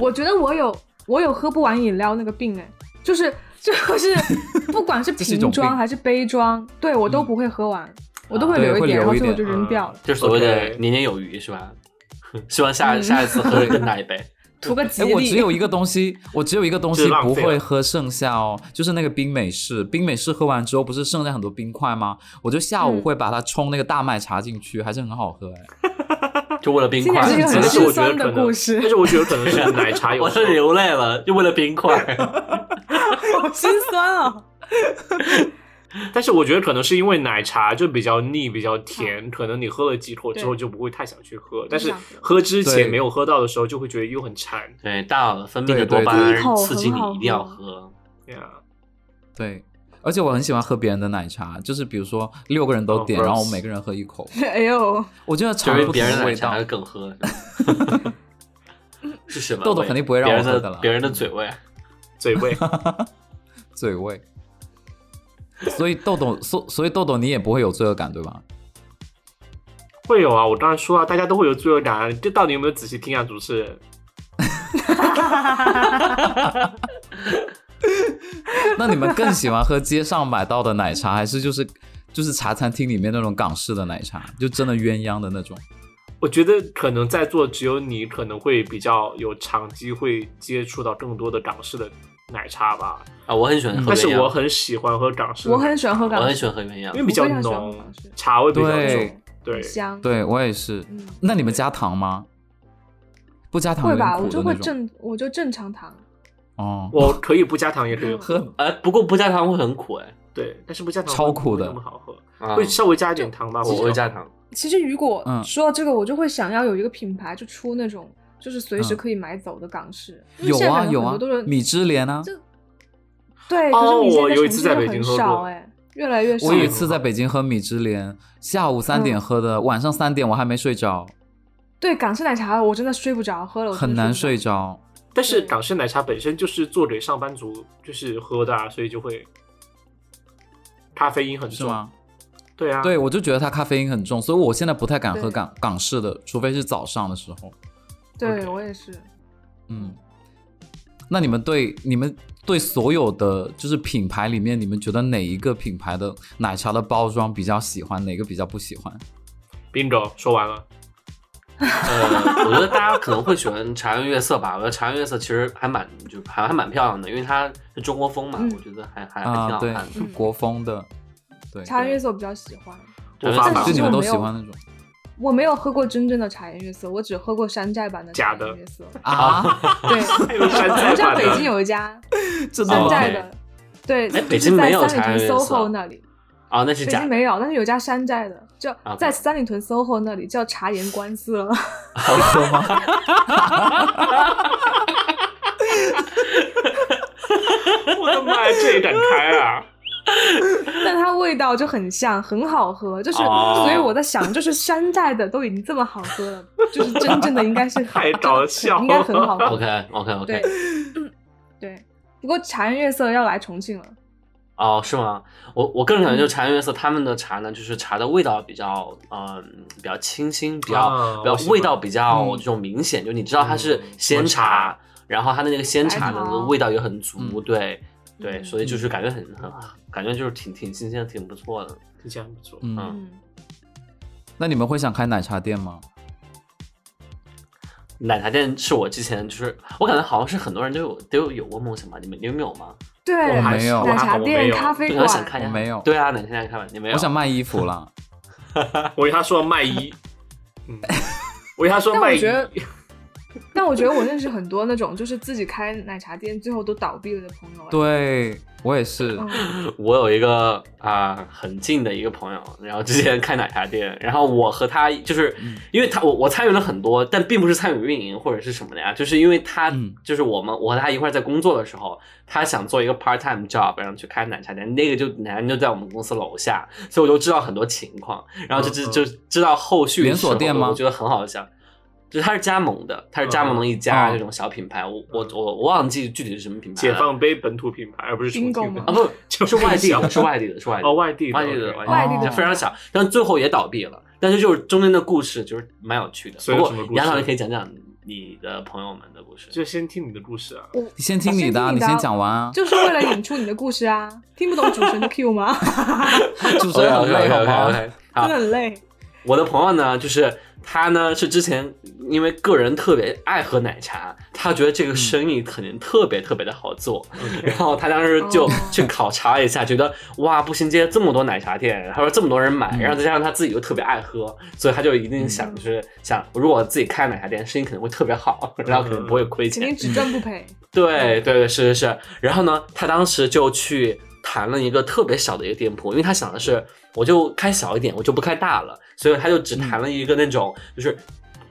[SPEAKER 3] 我觉得我有，我有喝不完饮料那个病哎，就是就是 不管是
[SPEAKER 4] 这是一种
[SPEAKER 3] 瓶装
[SPEAKER 4] 病
[SPEAKER 3] 还是杯装，对我都
[SPEAKER 4] 嗯
[SPEAKER 3] 不会喝完，我都
[SPEAKER 2] 啊
[SPEAKER 3] 会
[SPEAKER 4] 对
[SPEAKER 3] 留
[SPEAKER 4] 会
[SPEAKER 3] 一点，然
[SPEAKER 4] 留
[SPEAKER 3] 后
[SPEAKER 4] 一
[SPEAKER 3] 最后就
[SPEAKER 4] 点嗯
[SPEAKER 3] 扔掉了，
[SPEAKER 1] 就是所谓的
[SPEAKER 2] OK
[SPEAKER 1] 年年有余是吧？ 希望下
[SPEAKER 3] 嗯
[SPEAKER 1] 下一次喝更大一杯。
[SPEAKER 3] 图个吉
[SPEAKER 4] 哎，我只
[SPEAKER 3] 利。
[SPEAKER 4] 有一个东西，我只有一个东
[SPEAKER 2] 就
[SPEAKER 4] 西
[SPEAKER 2] 是浪费
[SPEAKER 4] 不会
[SPEAKER 2] 了
[SPEAKER 4] 喝剩下哦，就是那个冰美式。冰美式喝完之后不是剩下很多冰块吗？我就下午
[SPEAKER 3] 嗯
[SPEAKER 4] 会把它冲那个大麦茶进去，还是很好喝哎。
[SPEAKER 1] 就为了冰
[SPEAKER 3] 现在
[SPEAKER 1] 块，
[SPEAKER 3] 是一个
[SPEAKER 2] 但
[SPEAKER 3] 很
[SPEAKER 2] 是我
[SPEAKER 3] 心
[SPEAKER 2] 觉得
[SPEAKER 3] 酸
[SPEAKER 2] 可
[SPEAKER 3] 的
[SPEAKER 2] 能
[SPEAKER 3] 故，事
[SPEAKER 2] 但，是我觉得可能是奶茶有
[SPEAKER 1] 我
[SPEAKER 2] 时
[SPEAKER 1] 都
[SPEAKER 2] 候。
[SPEAKER 1] 流泪了，就为了冰块。
[SPEAKER 3] 好心酸啊！
[SPEAKER 2] 但是我觉得可能是因为奶茶就比较腻、比较甜，可能你喝了几口之后
[SPEAKER 3] 嗯对
[SPEAKER 2] 就不会太想去喝。但是
[SPEAKER 3] 想喝
[SPEAKER 2] 喝之
[SPEAKER 4] 对
[SPEAKER 2] 前没有喝到的时候，就会觉得又很馋
[SPEAKER 1] 对，大脑分泌
[SPEAKER 4] 对
[SPEAKER 1] 的多
[SPEAKER 4] 对嗯
[SPEAKER 1] 巴
[SPEAKER 3] 第一
[SPEAKER 1] 胺
[SPEAKER 3] 口
[SPEAKER 1] 刺激你
[SPEAKER 3] 很好
[SPEAKER 1] 一定要
[SPEAKER 3] 喝
[SPEAKER 1] 喝。
[SPEAKER 2] 哎呀。
[SPEAKER 4] 对，而且我很喜欢喝别人的奶茶，就是比如说六个人都
[SPEAKER 2] 哦
[SPEAKER 4] 点，
[SPEAKER 2] gross
[SPEAKER 4] 然后我每个人喝一口，
[SPEAKER 3] 哎呦，
[SPEAKER 4] 我觉得
[SPEAKER 1] 就
[SPEAKER 4] 尝
[SPEAKER 1] 是
[SPEAKER 4] 不
[SPEAKER 1] 别
[SPEAKER 4] 同
[SPEAKER 1] 人
[SPEAKER 4] 的
[SPEAKER 1] 奶
[SPEAKER 4] 味
[SPEAKER 1] 茶
[SPEAKER 4] 道。
[SPEAKER 1] 更喝， 是什么味？
[SPEAKER 4] 豆豆肯定不会让我喝
[SPEAKER 1] 别人
[SPEAKER 4] 的
[SPEAKER 1] 的
[SPEAKER 4] 啦
[SPEAKER 1] 别人的嘴味，啊
[SPEAKER 2] 嘴味，
[SPEAKER 4] 嘴味。所以豆豆，所所以豆豆，你也不会有罪恶感，对吧？
[SPEAKER 2] 会有啊，我刚才说啊，大家都会有罪恶感啊，这到底有没有仔细听啊，主持人？
[SPEAKER 4] 那你们更喜欢喝街上买到的奶茶，还是就是就是茶餐厅里面那种港式的奶茶，就真的鸳鸯的那种？
[SPEAKER 2] 我觉得可能在座只有你可能会比较有长机会接触到更多的港式的奶茶吧，
[SPEAKER 1] 啊，我很喜欢喝鸳鸯，
[SPEAKER 2] 嗯但是我很喜欢喝港式的
[SPEAKER 3] 嗯我
[SPEAKER 2] 奶茶，
[SPEAKER 3] 很喜欢喝
[SPEAKER 1] 我
[SPEAKER 3] 港
[SPEAKER 1] 很
[SPEAKER 3] 式，
[SPEAKER 1] 喜欢喝鸳
[SPEAKER 2] 因为
[SPEAKER 1] 鸯，
[SPEAKER 2] 比较
[SPEAKER 3] 我非常喜欢喝
[SPEAKER 2] 浓
[SPEAKER 3] 港式，
[SPEAKER 2] 茶味比较
[SPEAKER 4] 对
[SPEAKER 2] 重，对
[SPEAKER 3] 很，香。
[SPEAKER 4] 对我也是。
[SPEAKER 3] 嗯，
[SPEAKER 4] 那你们加糖吗？不加糖
[SPEAKER 3] 会
[SPEAKER 4] 有点
[SPEAKER 3] 吧，
[SPEAKER 4] 苦
[SPEAKER 3] 我
[SPEAKER 4] 的
[SPEAKER 3] 就
[SPEAKER 4] 那
[SPEAKER 3] 会
[SPEAKER 4] 种。
[SPEAKER 3] 正，我就正常糖。
[SPEAKER 4] 哦，
[SPEAKER 2] 我可以不加糖也可以
[SPEAKER 3] 嗯
[SPEAKER 2] 喝，
[SPEAKER 4] 喝
[SPEAKER 1] 哎，不过不加糖会很苦哎，
[SPEAKER 2] 对，但是不加糖
[SPEAKER 4] 超
[SPEAKER 2] 会
[SPEAKER 4] 苦
[SPEAKER 2] 不会
[SPEAKER 4] 的
[SPEAKER 2] 那么好喝。
[SPEAKER 1] 啊
[SPEAKER 2] 会稍微加一点糖吧，
[SPEAKER 1] 我
[SPEAKER 2] 我
[SPEAKER 1] 会加糖。
[SPEAKER 3] 其实如果
[SPEAKER 4] 嗯
[SPEAKER 3] 说到这个，我就会想要有一个品牌就出那种就是随时
[SPEAKER 4] 嗯
[SPEAKER 3] 可以买走的港式，因为
[SPEAKER 4] 有
[SPEAKER 3] 现在
[SPEAKER 4] 啊
[SPEAKER 3] 感觉
[SPEAKER 4] 有
[SPEAKER 3] 很
[SPEAKER 4] 啊
[SPEAKER 3] 多都是，
[SPEAKER 4] 米芝莲啊，
[SPEAKER 3] 这对，可
[SPEAKER 2] 哦
[SPEAKER 3] 是米
[SPEAKER 2] 我
[SPEAKER 3] 线
[SPEAKER 2] 有一
[SPEAKER 3] 城
[SPEAKER 2] 次
[SPEAKER 3] 市
[SPEAKER 2] 在
[SPEAKER 3] 就
[SPEAKER 2] 北
[SPEAKER 3] 很
[SPEAKER 2] 京喝
[SPEAKER 3] 少
[SPEAKER 2] 过
[SPEAKER 3] 哎，越来越少。
[SPEAKER 4] 我有一
[SPEAKER 2] 吗
[SPEAKER 4] 次在北京喝米芝莲，下午
[SPEAKER 3] 嗯
[SPEAKER 4] 三点喝的，晚上三点我还没睡着，
[SPEAKER 3] 对港式奶茶，我真的睡不着，喝了我真的
[SPEAKER 4] 很难
[SPEAKER 3] 睡
[SPEAKER 4] 睡
[SPEAKER 3] 不着。
[SPEAKER 4] 着。
[SPEAKER 2] 但是港式奶茶本身就是做给上班族就是喝的啊，所以就会咖啡因很
[SPEAKER 4] 是
[SPEAKER 2] 重。
[SPEAKER 4] 吗？
[SPEAKER 3] 嗯
[SPEAKER 2] 对啊，
[SPEAKER 4] 对，我就觉得它咖啡因很重，所以我现在不太敢喝
[SPEAKER 3] 对
[SPEAKER 4] 港港式的，除非是早上的时候。
[SPEAKER 3] 对
[SPEAKER 2] OK
[SPEAKER 3] 我也是，
[SPEAKER 4] 嗯，那你们对你们对所有的就是品牌里面，你们觉得哪一个品牌的奶茶的包装比较喜欢，哪个比较不喜欢？
[SPEAKER 2] ，bingo，说完了。
[SPEAKER 1] 呃，我觉得大家可能会喜欢茶颜悦色吧。我觉得茶颜悦色其实还蛮就还还蛮漂亮的，因为它是中国风嘛，
[SPEAKER 3] 嗯
[SPEAKER 1] 我觉得还还还挺
[SPEAKER 4] 啊，
[SPEAKER 1] 好
[SPEAKER 4] 对
[SPEAKER 1] 看的。，
[SPEAKER 3] 嗯
[SPEAKER 4] 国风的，对，
[SPEAKER 3] 茶颜悦色我比较喜欢，
[SPEAKER 2] 我
[SPEAKER 1] 茶颜悦
[SPEAKER 2] 发吧
[SPEAKER 3] 但
[SPEAKER 1] 色
[SPEAKER 4] 就
[SPEAKER 3] 是
[SPEAKER 4] 你们
[SPEAKER 3] 嗯我
[SPEAKER 4] 都
[SPEAKER 3] 没
[SPEAKER 4] 喜
[SPEAKER 3] 有
[SPEAKER 4] 欢 那种
[SPEAKER 3] 我没有喝过真正的茶颜悦色，我只喝过山寨版的
[SPEAKER 2] 假
[SPEAKER 3] 茶
[SPEAKER 2] 的
[SPEAKER 3] 颜悦色。
[SPEAKER 4] 啊，
[SPEAKER 3] 对，
[SPEAKER 2] 还有山
[SPEAKER 3] 我知
[SPEAKER 2] 寨
[SPEAKER 3] 道
[SPEAKER 2] 版
[SPEAKER 3] 北京
[SPEAKER 2] 的，
[SPEAKER 3] 有一家
[SPEAKER 4] 真
[SPEAKER 1] 哦
[SPEAKER 3] 山寨
[SPEAKER 1] ，OK
[SPEAKER 3] 的，对，
[SPEAKER 1] 哎
[SPEAKER 3] 就是
[SPEAKER 1] 北京没有
[SPEAKER 3] 在三
[SPEAKER 1] 茶
[SPEAKER 3] 里
[SPEAKER 1] 颜悦
[SPEAKER 3] 屯
[SPEAKER 1] 色
[SPEAKER 3] SOHO 那里，
[SPEAKER 1] 啊，那
[SPEAKER 3] 北
[SPEAKER 1] 是假
[SPEAKER 3] 京
[SPEAKER 1] 的。
[SPEAKER 3] 没有，但是有一家山寨的，叫
[SPEAKER 1] OK
[SPEAKER 3] 在三里屯 SOHO 那里叫茶颜观色。
[SPEAKER 4] 好喝 吗？
[SPEAKER 2] 我的妈呀，这也敢开啊！
[SPEAKER 3] 但它味道就很像，很好喝。就是，
[SPEAKER 1] 哦
[SPEAKER 3] 所以我在想，就是山寨的都已经这么好喝了，就是真正的应该是
[SPEAKER 2] 太搞笑了
[SPEAKER 3] 应该很好喝。
[SPEAKER 1] OK OK
[SPEAKER 3] 对
[SPEAKER 1] OK，，
[SPEAKER 3] 嗯对。不过茶颜悦色要来重庆了，
[SPEAKER 1] 哦，是吗？我我个人感
[SPEAKER 3] 嗯
[SPEAKER 1] 觉，就茶颜悦色他们的茶呢，就是茶的味道比较，嗯，比较清新，比较、
[SPEAKER 2] 啊
[SPEAKER 1] 比较
[SPEAKER 2] 我喜欢
[SPEAKER 1] 味道比较
[SPEAKER 4] 嗯
[SPEAKER 1] 这种明显，就你知道它是
[SPEAKER 2] 嗯
[SPEAKER 1] 鲜
[SPEAKER 2] 我
[SPEAKER 1] 茶
[SPEAKER 2] 茶，
[SPEAKER 1] 然后它的那个鲜茶
[SPEAKER 3] 白
[SPEAKER 1] 的
[SPEAKER 3] 糖
[SPEAKER 1] 味道也很足，
[SPEAKER 4] 嗯
[SPEAKER 1] 对对，
[SPEAKER 3] 嗯
[SPEAKER 1] 所以就是感觉很很，感觉就是挺挺新鲜，挺不错的。
[SPEAKER 2] 这家不错，
[SPEAKER 4] 嗯，
[SPEAKER 3] 嗯，
[SPEAKER 4] 那你们会想开奶茶店吗？
[SPEAKER 1] 奶茶店是我之前就是，我感觉好像是很多人都有都有有过梦想吧？你们你们有吗？
[SPEAKER 3] 对，
[SPEAKER 2] 我还
[SPEAKER 4] 没有
[SPEAKER 2] 我
[SPEAKER 3] 奶
[SPEAKER 2] 还
[SPEAKER 3] 茶
[SPEAKER 2] 好我没
[SPEAKER 3] 店、
[SPEAKER 2] 有
[SPEAKER 3] 咖啡
[SPEAKER 1] 就
[SPEAKER 3] 馆
[SPEAKER 1] 很，想看一下，
[SPEAKER 4] 我没有
[SPEAKER 1] 对啊，奶茶店看吧，你没有？
[SPEAKER 4] 我想卖衣服啦，
[SPEAKER 2] 我以为他说卖衣，嗯，我以为他说
[SPEAKER 3] 但
[SPEAKER 2] 卖
[SPEAKER 3] 我
[SPEAKER 2] 衣
[SPEAKER 3] 觉，得， 但我觉得我认识很多那种就是自己开奶茶店最后都倒闭了的朋友。哎，
[SPEAKER 4] 对我也是，
[SPEAKER 3] 嗯，
[SPEAKER 1] 我有一个啊、很近的一个朋友，然后之前开奶茶店，然后我和他就是
[SPEAKER 4] 嗯
[SPEAKER 1] 因为他我我参与了很多，但并不是参与运营或者是什么的呀，就是因为他、
[SPEAKER 4] 嗯
[SPEAKER 1] 就是我们我和他一块儿在工作的时候，他想做一个 part time job，然后去开奶茶店，那个就奶茶店就在我们公司楼下，所以我就知道很多情况，然后就
[SPEAKER 2] 嗯
[SPEAKER 1] 知
[SPEAKER 2] 嗯
[SPEAKER 1] 就知道后续的
[SPEAKER 4] 连锁
[SPEAKER 1] 时候
[SPEAKER 4] 店吗
[SPEAKER 1] 我觉得很好笑。就是他是加盟的，他是加盟了一家
[SPEAKER 4] 嗯
[SPEAKER 1] 这种小品牌，我我我我忘记具体是什么品牌
[SPEAKER 2] 解
[SPEAKER 1] 了。
[SPEAKER 2] 放碑本土品牌，而不是重
[SPEAKER 3] Bingo
[SPEAKER 2] 庆
[SPEAKER 3] 吗
[SPEAKER 2] 的
[SPEAKER 1] 啊，不
[SPEAKER 2] 就是
[SPEAKER 1] 外地的，
[SPEAKER 2] 小
[SPEAKER 1] 是外地的，是外地的
[SPEAKER 2] 哦，外地的，
[SPEAKER 1] 外地的，
[SPEAKER 2] OK
[SPEAKER 3] 外地的
[SPEAKER 1] 非常小，但最后也倒闭了。但是就是中间的故事就是蛮有趣的。
[SPEAKER 2] 所以
[SPEAKER 1] 不
[SPEAKER 2] 有什么
[SPEAKER 1] 过
[SPEAKER 2] 故事
[SPEAKER 1] 杨老师可以讲讲你的朋友们的故事？
[SPEAKER 2] 就先听你的故事啊。
[SPEAKER 4] 先听你的啊，
[SPEAKER 3] 先听你
[SPEAKER 4] 你
[SPEAKER 3] 的啊
[SPEAKER 4] 先讲 完啊。
[SPEAKER 3] 就是为了引出你的故事啊！ 听不懂主持人的 Q 吗？
[SPEAKER 4] 主持人很累好啊
[SPEAKER 1] OK，OK，OK，OK，
[SPEAKER 4] 吗？
[SPEAKER 1] 好
[SPEAKER 3] 真的，很累。
[SPEAKER 1] 我的朋友呢，就是他呢是之前因为个人特别爱喝奶茶，他觉得这个生意肯定特别特别的好做，
[SPEAKER 2] 嗯
[SPEAKER 1] 然后他当时就
[SPEAKER 3] 哦
[SPEAKER 1] 去考察了一下，觉得哇，步行街这么多奶茶店，他说这么多人买，
[SPEAKER 4] 嗯
[SPEAKER 1] 然后再加上他自己又特别爱喝，所以他就一定
[SPEAKER 2] 嗯
[SPEAKER 1] 想就是想，如果自己开奶茶店，生意肯定会特别好，
[SPEAKER 2] 嗯
[SPEAKER 1] 然后肯定不会亏
[SPEAKER 3] 肯
[SPEAKER 1] 钱
[SPEAKER 3] 定。只赚不赔。
[SPEAKER 1] 对对对，是是是。然后呢，他当时就去谈了一个特别小的一个店铺，因为他想的是，我就开小一点，我就不开大了，所以他就
[SPEAKER 2] 嗯
[SPEAKER 1] 只谈了一个那种、就是。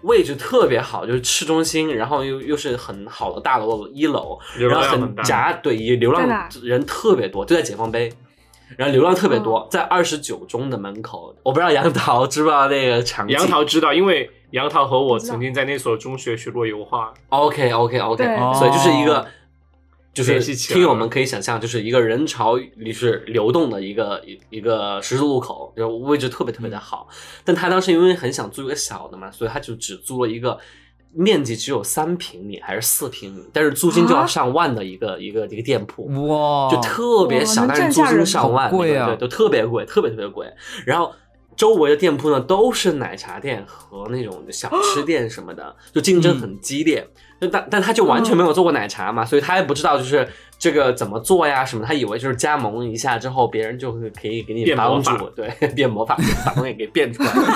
[SPEAKER 1] 位置特别好，就是市中心，然后又又是很好的大楼一楼，
[SPEAKER 2] 流
[SPEAKER 1] 然
[SPEAKER 2] 量
[SPEAKER 1] 后
[SPEAKER 2] 很大
[SPEAKER 1] 夹，对，也流
[SPEAKER 3] 在
[SPEAKER 1] 浪
[SPEAKER 3] 哪
[SPEAKER 1] 人特别多，就在解放碑，然后流浪特别多，
[SPEAKER 3] 哦
[SPEAKER 1] 在二十九中的门口，我不知道杨桃知不知道那个场景
[SPEAKER 2] 杨桃知道，因为杨桃和我
[SPEAKER 3] 知道
[SPEAKER 2] 曾经在那所中学学过油画。
[SPEAKER 1] ，OK OK OK，
[SPEAKER 3] 对
[SPEAKER 4] 哦
[SPEAKER 1] 所以就是一个，就是
[SPEAKER 2] 联系起来
[SPEAKER 1] 听友们可以想象，就是一个人潮里是流动的一个一一个十字路口，然后位置特别特别的好。
[SPEAKER 2] 嗯
[SPEAKER 1] 但他当时因为很想租一个小的嘛，所以他就只租了一个面积只有三平米还是四平米，但是租金就要
[SPEAKER 3] 啊
[SPEAKER 1] 上万的一个一个一个店铺。
[SPEAKER 4] 哇，
[SPEAKER 1] 就特别小，
[SPEAKER 3] 哇
[SPEAKER 1] 但
[SPEAKER 3] 能
[SPEAKER 1] 是
[SPEAKER 3] 站
[SPEAKER 1] 租
[SPEAKER 3] 下
[SPEAKER 1] 金
[SPEAKER 3] 人
[SPEAKER 1] 上万，
[SPEAKER 4] 好贵啊
[SPEAKER 1] 对，都特别贵，特别特别贵。然后周围的店铺呢都是奶茶店和那种小吃店什么的，就竞争很激烈。但但但他就完全没有做过奶茶嘛，所以他也不知道就是这个怎么做呀什么，他以为就是加盟一下之后，别人就会可以给你
[SPEAKER 2] 变
[SPEAKER 1] 帮
[SPEAKER 2] 魔
[SPEAKER 1] 助
[SPEAKER 2] 法，
[SPEAKER 1] 对， 变魔法，把东西给变出来。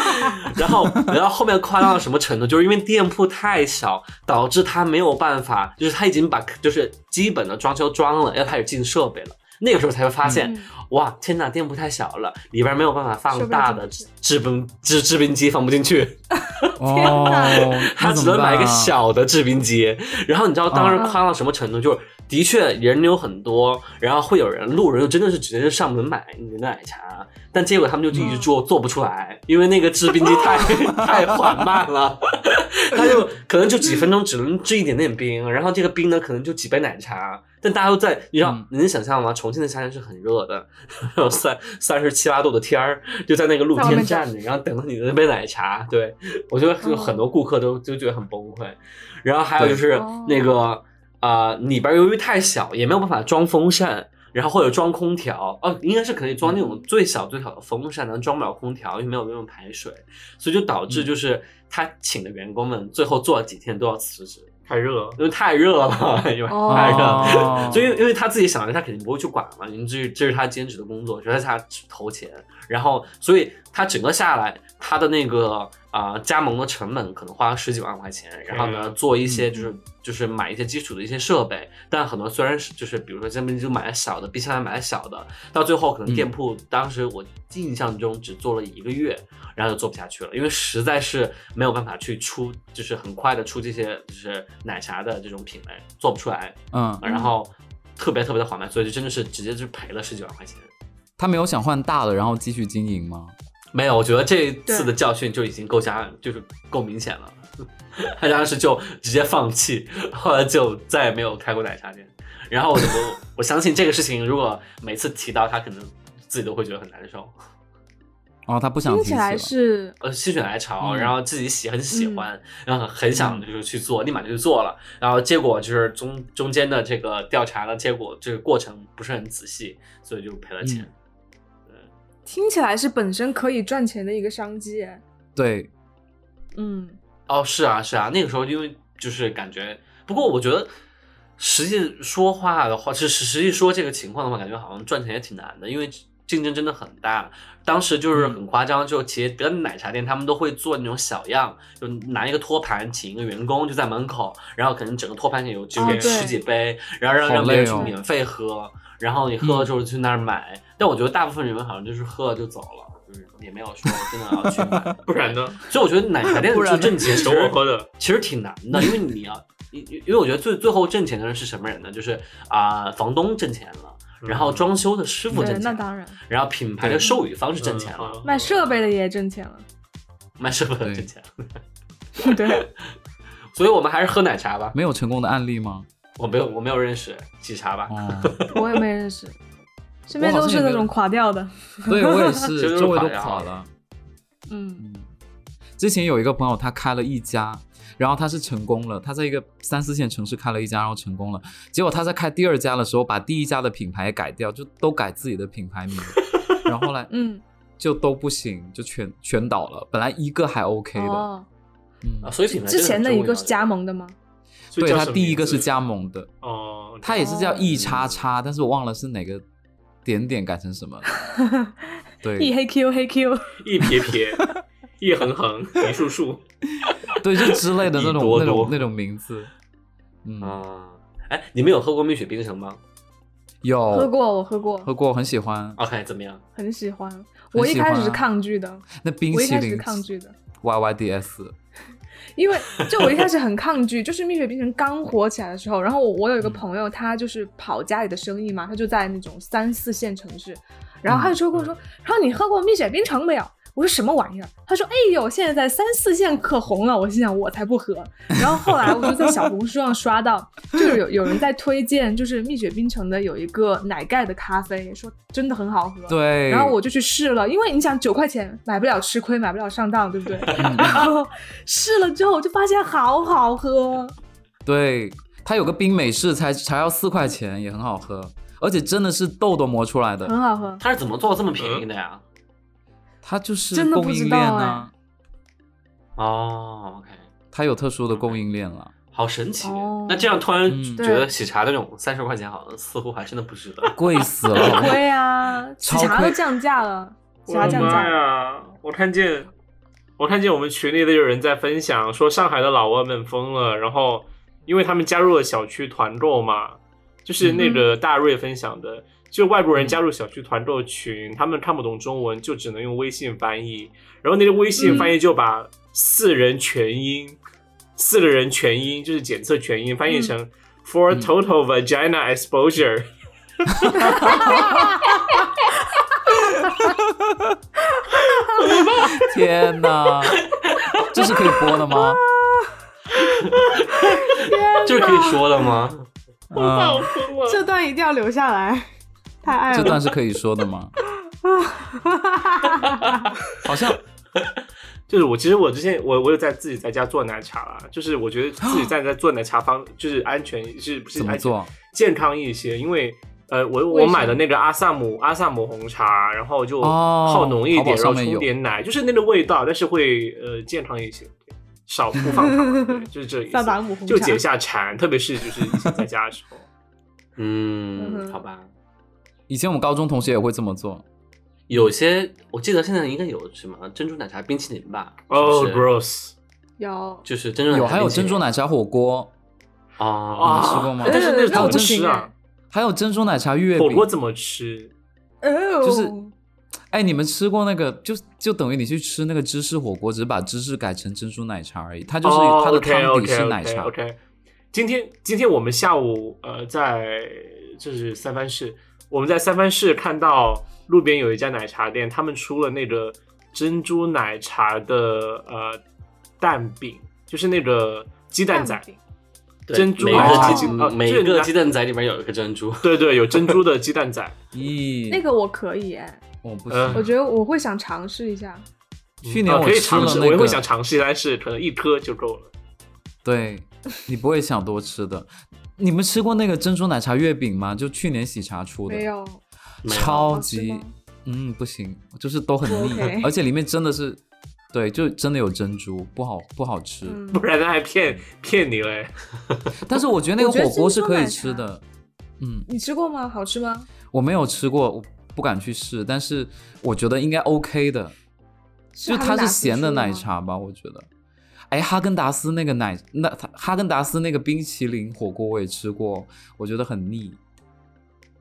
[SPEAKER 1] 然后，然后后面夸张到什么程度？就是因为店铺太小，导致他没有办法，就是他已经把就是基本的装修装了，要开始进设备了。那个时候才会发现，
[SPEAKER 3] 嗯
[SPEAKER 1] 哇，天哪，店铺太小了，里边没有办法
[SPEAKER 3] 设
[SPEAKER 1] 放
[SPEAKER 3] 备
[SPEAKER 1] 大
[SPEAKER 3] 进
[SPEAKER 1] 的
[SPEAKER 3] 去
[SPEAKER 1] 制冰制制冰机，放不进去。
[SPEAKER 4] 哦，
[SPEAKER 1] 他
[SPEAKER 4] 那
[SPEAKER 1] 只
[SPEAKER 4] 怎么
[SPEAKER 1] 能买一个
[SPEAKER 4] 办啊
[SPEAKER 1] 小的制冰机。然后你知道当时夸到什么程度？就是的确人流很多，然后会有人路人就真的是直接就上门买你的奶茶，但结果他们就一直做做不出来，因为那个制冰机太 太缓慢了， 他就可能就几分钟只能制一点点冰，然后这个冰呢可能就几杯奶茶。但大家都在，你知道，
[SPEAKER 4] 嗯
[SPEAKER 1] 你能想象吗？重庆的夏天是很热的， 然后三三十七八度的天儿，就在那个露
[SPEAKER 3] 在外
[SPEAKER 1] 天
[SPEAKER 3] 面
[SPEAKER 1] 站着，然后等着你的那杯奶茶。对，我觉得就很多顾客都就觉得很崩溃。然后还有就是
[SPEAKER 3] 哦
[SPEAKER 1] 那个呃里边由于太小，也没有办法装风扇，然后或者装空调哦，应该是可以装那种最小最小的风扇，但装不了空调，因为没有那种排水，所以就导致就是他请的员工们最后做了几天都要辞职，
[SPEAKER 2] 太热了，
[SPEAKER 1] 因为太热了，因为
[SPEAKER 3] 哦
[SPEAKER 1] 太热了。
[SPEAKER 4] 哦
[SPEAKER 1] 所以，因为他自己想着他肯定不会去管嘛，因为这这是他兼职的工作，这是他投钱，然后所以他整个下来，他的那个啊、呃加盟的成本可能花了十几万块钱，然后呢
[SPEAKER 2] 嗯
[SPEAKER 1] 做一些就是就是买一些基础的一些设备，但很多虽然是就是比如说这边就买了小的，冰箱也买了小的，到最后可能店铺当时我印象中只做了一个月，然后就做不下去了，因为实在是没有办法去出，就是很快的出这些就是奶茶的这种品类，做不出来，
[SPEAKER 4] 嗯，
[SPEAKER 1] 然后特别特别的缓慢，所以就真的是直接就赔了十几万块钱。
[SPEAKER 4] 他没有想换大的，然后继续经营吗？
[SPEAKER 1] 没有，我觉得这次
[SPEAKER 3] 对
[SPEAKER 1] 的教训就已经够加，就是够明显了。 他当时就直接放弃，后来就再也没有开过奶茶店。然后我就我相信这个事情，如果每次提到他，可能自己都会觉得很难受。
[SPEAKER 4] 哦，他不想
[SPEAKER 3] 听
[SPEAKER 4] 提
[SPEAKER 3] 起
[SPEAKER 4] 起
[SPEAKER 3] 来
[SPEAKER 4] 了。
[SPEAKER 3] 是
[SPEAKER 1] 呃，心血来潮，
[SPEAKER 4] 嗯
[SPEAKER 1] 然后自己喜很喜欢，然后很想就是去做，立马就去做了。然后结果就是中中间的这个调查的结果，这个过程不是很仔细，所以就赔了钱。
[SPEAKER 3] 听起来是本身可以赚钱的一个商机耶，
[SPEAKER 4] 对，
[SPEAKER 3] 嗯，
[SPEAKER 1] 哦，是啊，是啊，那个时候因为就是感觉，不过我觉得实际说话的话，是实实际说这个情况的话，感觉好像赚钱也挺难的，因为竞争真的很大。当时就是
[SPEAKER 4] 嗯
[SPEAKER 1] 很夸张，就企业别的奶茶店他们都会做那种小样，就拿一个托盘请一个员工就在门口，然后可能整个托盘里有只有
[SPEAKER 3] 哦
[SPEAKER 1] 十
[SPEAKER 3] 对
[SPEAKER 1] 几杯，然后让
[SPEAKER 4] 好
[SPEAKER 1] 让别人
[SPEAKER 4] 累
[SPEAKER 1] 去
[SPEAKER 4] 哦嗯
[SPEAKER 1] 免费喝，然后你喝了之后就去那儿买。但我觉得大部分人好像就是喝了就走了。就是也没有说真的要去 买，
[SPEAKER 2] 不然？ 呢？
[SPEAKER 1] 所以我觉得奶茶 店
[SPEAKER 4] 不然
[SPEAKER 1] 就
[SPEAKER 4] 呢
[SPEAKER 1] 挣钱，
[SPEAKER 2] 等 我喝的，
[SPEAKER 1] 其实挺难的，因为你要，因因为我觉得最最后挣钱的人是什么人呢？就是啊、房东挣钱了，
[SPEAKER 4] 嗯
[SPEAKER 1] 然
[SPEAKER 2] 嗯
[SPEAKER 1] 后装修的师傅
[SPEAKER 3] 对，
[SPEAKER 1] 挣钱
[SPEAKER 3] 那
[SPEAKER 1] 了，
[SPEAKER 3] 当然，
[SPEAKER 1] 然后品牌的授予方是挣钱了，
[SPEAKER 2] 嗯。
[SPEAKER 3] 卖设备的也挣钱了，
[SPEAKER 1] 卖师傅的
[SPEAKER 4] 对
[SPEAKER 1] 挣钱了，
[SPEAKER 3] 对，
[SPEAKER 1] 所以我们还是喝奶茶吧。
[SPEAKER 4] 没有成功的案例吗？
[SPEAKER 1] 我没有，我没有认识喜茶吧。
[SPEAKER 4] 哦，
[SPEAKER 3] 我也没认识，身边都是那种垮掉的，
[SPEAKER 4] 对我也，
[SPEAKER 1] 就是是
[SPEAKER 4] 周围都
[SPEAKER 1] 垮呀
[SPEAKER 4] 垮了。
[SPEAKER 3] 嗯，
[SPEAKER 4] 嗯，之前有一个朋友，他开了一家，然后他是成功了，他在一个三四线城市开了一家，然后成功了。结果他在开第二家的时候，把第一家的品牌也改掉，就都改自己的品 牌名，然后后来
[SPEAKER 3] 嗯，
[SPEAKER 4] 就都不行，就全全倒了。本来一个还 OK 的，
[SPEAKER 3] 哦，
[SPEAKER 1] 啊
[SPEAKER 4] 嗯，
[SPEAKER 1] 所以品牌
[SPEAKER 3] 之前
[SPEAKER 1] 的
[SPEAKER 3] 的一个是加盟的吗？
[SPEAKER 2] 所以
[SPEAKER 4] 对
[SPEAKER 2] 叫
[SPEAKER 4] 他
[SPEAKER 2] 什么
[SPEAKER 4] 第一个
[SPEAKER 2] 名字
[SPEAKER 4] 是加盟的，
[SPEAKER 2] 哦，
[SPEAKER 4] 他也是叫
[SPEAKER 3] 哦
[SPEAKER 4] E 叉叉，但是我忘了是哪个点点改成什么了。
[SPEAKER 3] 一
[SPEAKER 4] 对
[SPEAKER 3] 黑 Q 黑 Q，
[SPEAKER 2] 一撇撇，一横横，一竖竖。
[SPEAKER 4] 对，就之 类的那
[SPEAKER 1] 一
[SPEAKER 4] 种
[SPEAKER 1] 多
[SPEAKER 4] 那
[SPEAKER 1] 多
[SPEAKER 4] 种那种名字。嗯，
[SPEAKER 1] 啊。哎，你们有喝过蜜雪冰城吗
[SPEAKER 4] 有
[SPEAKER 3] 喝过我喝过，
[SPEAKER 4] 喝过，很喜欢。
[SPEAKER 2] ？OK，怎么样？
[SPEAKER 3] 很喜欢。我一开始是抗拒的，
[SPEAKER 4] 那冰
[SPEAKER 3] 我一
[SPEAKER 4] 淇
[SPEAKER 3] 开始是
[SPEAKER 4] 淋
[SPEAKER 3] 抗拒的，
[SPEAKER 4] Y Y D S，
[SPEAKER 3] 因为就我一开始很抗拒，就是蜜雪冰城刚火起来的时候，然后我我有一个朋友，他就是跑家里的生意嘛，他就在那种三四线城市，然后他就说跟我说，哎他说你喝过蜜雪冰城没有？我说什么玩意儿？他说哎呦，现在在三四线可红了。我心想我才不喝。然后后来我就在小红书上刷到，就是有有人在推荐，就是蜜雪冰城的有一个奶盖的咖啡，说真的很好喝。
[SPEAKER 4] 对。
[SPEAKER 3] 然后我就去试了，因为你想九块钱买不了吃亏，买不了上当，对不对？然后试了之后，我就发现好好喝，
[SPEAKER 4] 对它有个冰美式才才要四块钱，也很好喝，而且真的是豆豆磨出来的，
[SPEAKER 3] 很好喝。
[SPEAKER 1] 它是怎么做到这么便宜的呀？
[SPEAKER 4] 嗯它就是
[SPEAKER 3] 真的不
[SPEAKER 4] 供
[SPEAKER 3] 知
[SPEAKER 4] 应链
[SPEAKER 3] 道哎
[SPEAKER 4] 啊，
[SPEAKER 1] 哦，OK，
[SPEAKER 4] 它有特殊的供应链了。
[SPEAKER 1] 好神奇
[SPEAKER 3] 哦。
[SPEAKER 1] 那这样突然
[SPEAKER 4] 嗯
[SPEAKER 1] 觉得喜茶那种三十块钱好像似乎还真的不值得。
[SPEAKER 4] 贵死 了，好不好
[SPEAKER 3] 亏啊，喜
[SPEAKER 4] 超
[SPEAKER 3] 茶
[SPEAKER 4] 亏
[SPEAKER 3] 都降价了，喜
[SPEAKER 2] 我
[SPEAKER 3] 茶
[SPEAKER 2] 的
[SPEAKER 3] 降
[SPEAKER 2] 妈
[SPEAKER 3] 价。
[SPEAKER 2] 呀！我看见，我看见我们群里的有人在分享说，上海的老外们疯了，然后因为他们加入了小区团购嘛，就是那个大瑞分享的，就外国人加入小区团购群，他们看不懂中文，就只能用微信翻译，然后那个微信翻译就把四人全音，四个人全音就是检测全音，翻译成、for
[SPEAKER 4] 嗯
[SPEAKER 2] total vagina exposure。
[SPEAKER 4] 天哪，这是可以播的吗？
[SPEAKER 1] 这是可以说的吗？
[SPEAKER 4] 嗯，
[SPEAKER 2] 疯了
[SPEAKER 3] 这段一定要留下来，太爱
[SPEAKER 4] 这
[SPEAKER 3] 了。
[SPEAKER 4] 段是可以说 的吗？好像
[SPEAKER 2] 就是我，其实我之前我我有在自己在家做奶茶啦，就是我觉得自己 在在做奶茶方就是安全是不是
[SPEAKER 4] 怎么
[SPEAKER 2] 安全
[SPEAKER 4] 做？
[SPEAKER 2] 健康一些，因为呃我
[SPEAKER 3] 为
[SPEAKER 2] 我
[SPEAKER 3] 什么
[SPEAKER 2] 买的那个阿萨姆阿萨姆红茶，然后就
[SPEAKER 4] 哦
[SPEAKER 2] 泡浓一
[SPEAKER 4] 淘宝
[SPEAKER 2] 点，然后
[SPEAKER 4] 上面
[SPEAKER 2] 冲
[SPEAKER 4] 有
[SPEAKER 2] 点奶，就是那个味道，但是会呃健康一些，对少不放糖，对就是这意
[SPEAKER 3] 萨达
[SPEAKER 2] 思，
[SPEAKER 3] 姆红
[SPEAKER 2] 就
[SPEAKER 3] 茶
[SPEAKER 2] 解下馋，特别是就是以前在家的时 候，
[SPEAKER 1] 嗯，
[SPEAKER 3] 嗯哼
[SPEAKER 1] 好吧。
[SPEAKER 4] 以前我们高中同学也会这么做，
[SPEAKER 1] 有些我记得现在应该有什么珍珠奶茶冰淇淋吧？
[SPEAKER 2] 哦、
[SPEAKER 1] 是
[SPEAKER 2] g r o s s
[SPEAKER 3] 有，
[SPEAKER 1] 就是
[SPEAKER 2] 嗯
[SPEAKER 1] 珍珠奶茶
[SPEAKER 4] 有还有珍珠奶茶火锅，
[SPEAKER 1] 啊
[SPEAKER 4] 你吃过吗
[SPEAKER 2] 但是那
[SPEAKER 3] 呃那
[SPEAKER 2] 怎
[SPEAKER 3] 我啊
[SPEAKER 2] 么
[SPEAKER 3] 不
[SPEAKER 2] 吃
[SPEAKER 3] 行
[SPEAKER 2] 啊？
[SPEAKER 4] 还有珍珠奶茶月
[SPEAKER 2] 火
[SPEAKER 4] 饼
[SPEAKER 2] 锅。怎么吃？
[SPEAKER 3] 哦，
[SPEAKER 4] 就是哎，你们吃过那个？就就等于你去吃那个芝士火锅，只是把芝士改成珍珠奶茶而已。它就是
[SPEAKER 2] 哦
[SPEAKER 4] 它的
[SPEAKER 2] OK，
[SPEAKER 4] 汤底
[SPEAKER 2] OK，
[SPEAKER 4] 是奶茶。
[SPEAKER 2] OK，, o k 今天今天我们下午呃在就是三藩市，我们在三藩市看到路边有一家奶茶店，他们出了那个珍珠奶茶的呃蛋饼，就是那个鸡蛋仔
[SPEAKER 3] 蛋，饼
[SPEAKER 1] 对
[SPEAKER 2] 珍珠
[SPEAKER 1] 每
[SPEAKER 4] 奶
[SPEAKER 1] 个
[SPEAKER 4] 茶
[SPEAKER 1] 鸡
[SPEAKER 2] 哦
[SPEAKER 1] 每
[SPEAKER 2] 这个
[SPEAKER 1] 个
[SPEAKER 2] 奶
[SPEAKER 1] 鸡蛋仔里面有一个珍珠。
[SPEAKER 2] 对对，有珍珠的鸡蛋仔。
[SPEAKER 4] 咦，
[SPEAKER 3] 那个我可以哎，
[SPEAKER 4] 我不
[SPEAKER 2] 嗯
[SPEAKER 3] 我
[SPEAKER 4] 行。
[SPEAKER 3] 觉得我会想尝试一下。
[SPEAKER 4] 去年
[SPEAKER 2] 呃可以
[SPEAKER 4] 吃了
[SPEAKER 2] 尝试，
[SPEAKER 4] 那
[SPEAKER 2] 我
[SPEAKER 4] 个，
[SPEAKER 2] 也会想尝试，但是可能一颗就够了。
[SPEAKER 4] 对，你不会想多吃的。你们吃过那个珍珠奶茶月饼吗？就去年喜茶出的，
[SPEAKER 3] 没有，
[SPEAKER 1] 没有
[SPEAKER 4] 超
[SPEAKER 3] 好吃
[SPEAKER 4] 级
[SPEAKER 3] 吗
[SPEAKER 4] 嗯不行，就是都很
[SPEAKER 3] 不
[SPEAKER 4] 腻
[SPEAKER 3] OK，
[SPEAKER 4] 而且里面真的是，对，就真的有珍珠，不好不好吃。
[SPEAKER 3] 嗯，
[SPEAKER 2] 不然他还骗骗你嘞！
[SPEAKER 4] 但是我觉得那个
[SPEAKER 3] 我觉得
[SPEAKER 4] 火锅
[SPEAKER 3] 珍
[SPEAKER 4] 是
[SPEAKER 3] 珠
[SPEAKER 4] 可以
[SPEAKER 3] 奶
[SPEAKER 4] 吃
[SPEAKER 3] 茶
[SPEAKER 4] 的。嗯，
[SPEAKER 3] 你吃过吗？好吃吗？
[SPEAKER 4] 我没有吃过，我不敢去试，但是我觉得应该 OK 的。就
[SPEAKER 3] 哈
[SPEAKER 4] 它
[SPEAKER 3] 根达
[SPEAKER 4] 是
[SPEAKER 3] 斯
[SPEAKER 4] 咸的
[SPEAKER 3] 出吗
[SPEAKER 4] 奶茶吧，我觉得。哎，哈根达斯那个奶，那它哈根达斯那个冰淇淋火锅我也吃过，我觉得很腻，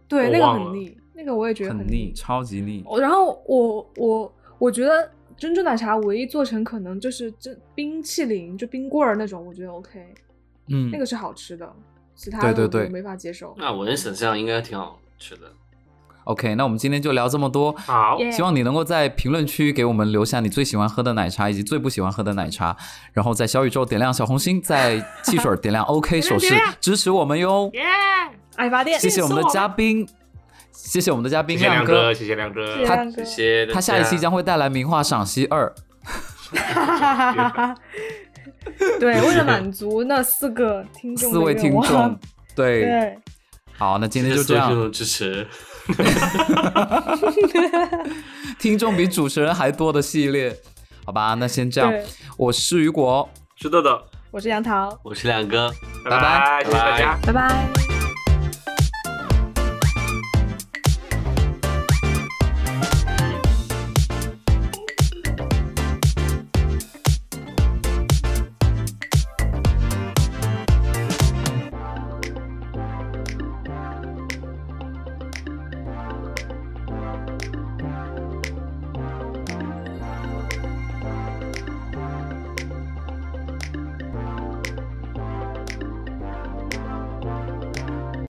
[SPEAKER 3] 对，
[SPEAKER 2] 我
[SPEAKER 3] 那个
[SPEAKER 2] 忘
[SPEAKER 3] 很
[SPEAKER 2] 了
[SPEAKER 3] 腻，那个我也觉得
[SPEAKER 4] 很
[SPEAKER 3] 腻
[SPEAKER 4] 腻，。超级腻。
[SPEAKER 3] 我然后我我我觉得珍珠奶茶唯一做成可能就是真冰淇淋，就冰棍儿那种，我觉得 OK，、
[SPEAKER 4] 嗯，
[SPEAKER 3] 那个是好吃的，其他的
[SPEAKER 4] 对对
[SPEAKER 3] 我就
[SPEAKER 4] 对
[SPEAKER 3] 没法接受。
[SPEAKER 2] 啊
[SPEAKER 1] 那我能想象应该挺好吃的。
[SPEAKER 4] OK，那我们今天就聊这么多。
[SPEAKER 2] 好，
[SPEAKER 3] 耶
[SPEAKER 4] 希望你能够在评论区给我们留下你最喜欢喝的奶茶以及最不喜欢喝的奶茶，然后在小宇宙点亮小红心，在汽水 点亮 OK 手势，支持我们哟！
[SPEAKER 3] 爱发电，
[SPEAKER 4] 谢谢我们的嘉宾，谢谢我们的嘉
[SPEAKER 2] 谢
[SPEAKER 4] 宾
[SPEAKER 2] 谢亮
[SPEAKER 4] 啊亮哥
[SPEAKER 2] 哥，，谢谢亮哥
[SPEAKER 3] 谢谢，亮
[SPEAKER 1] 谢
[SPEAKER 3] 哥
[SPEAKER 1] 谢大家
[SPEAKER 4] 他下一期将会带来《名画赏析二》。
[SPEAKER 3] 对，为了满足那四个听众
[SPEAKER 4] 四
[SPEAKER 3] 的
[SPEAKER 4] 位听
[SPEAKER 3] 愿望
[SPEAKER 4] 众，对，
[SPEAKER 3] 对，
[SPEAKER 4] 好，那今天
[SPEAKER 1] 谢
[SPEAKER 4] 就
[SPEAKER 1] 谢
[SPEAKER 4] 这
[SPEAKER 1] 所有听
[SPEAKER 4] 样。
[SPEAKER 1] 众支持，
[SPEAKER 4] 听众比主持人还多的系列，好吧，那先这样
[SPEAKER 3] 对。
[SPEAKER 4] 我是雨果，
[SPEAKER 2] 是的的，
[SPEAKER 3] 我是杨桃，
[SPEAKER 1] 我是亮哥。
[SPEAKER 2] 拜
[SPEAKER 4] 拜
[SPEAKER 2] 拜，谢谢大
[SPEAKER 1] 拜拜
[SPEAKER 2] 家。
[SPEAKER 3] 拜拜。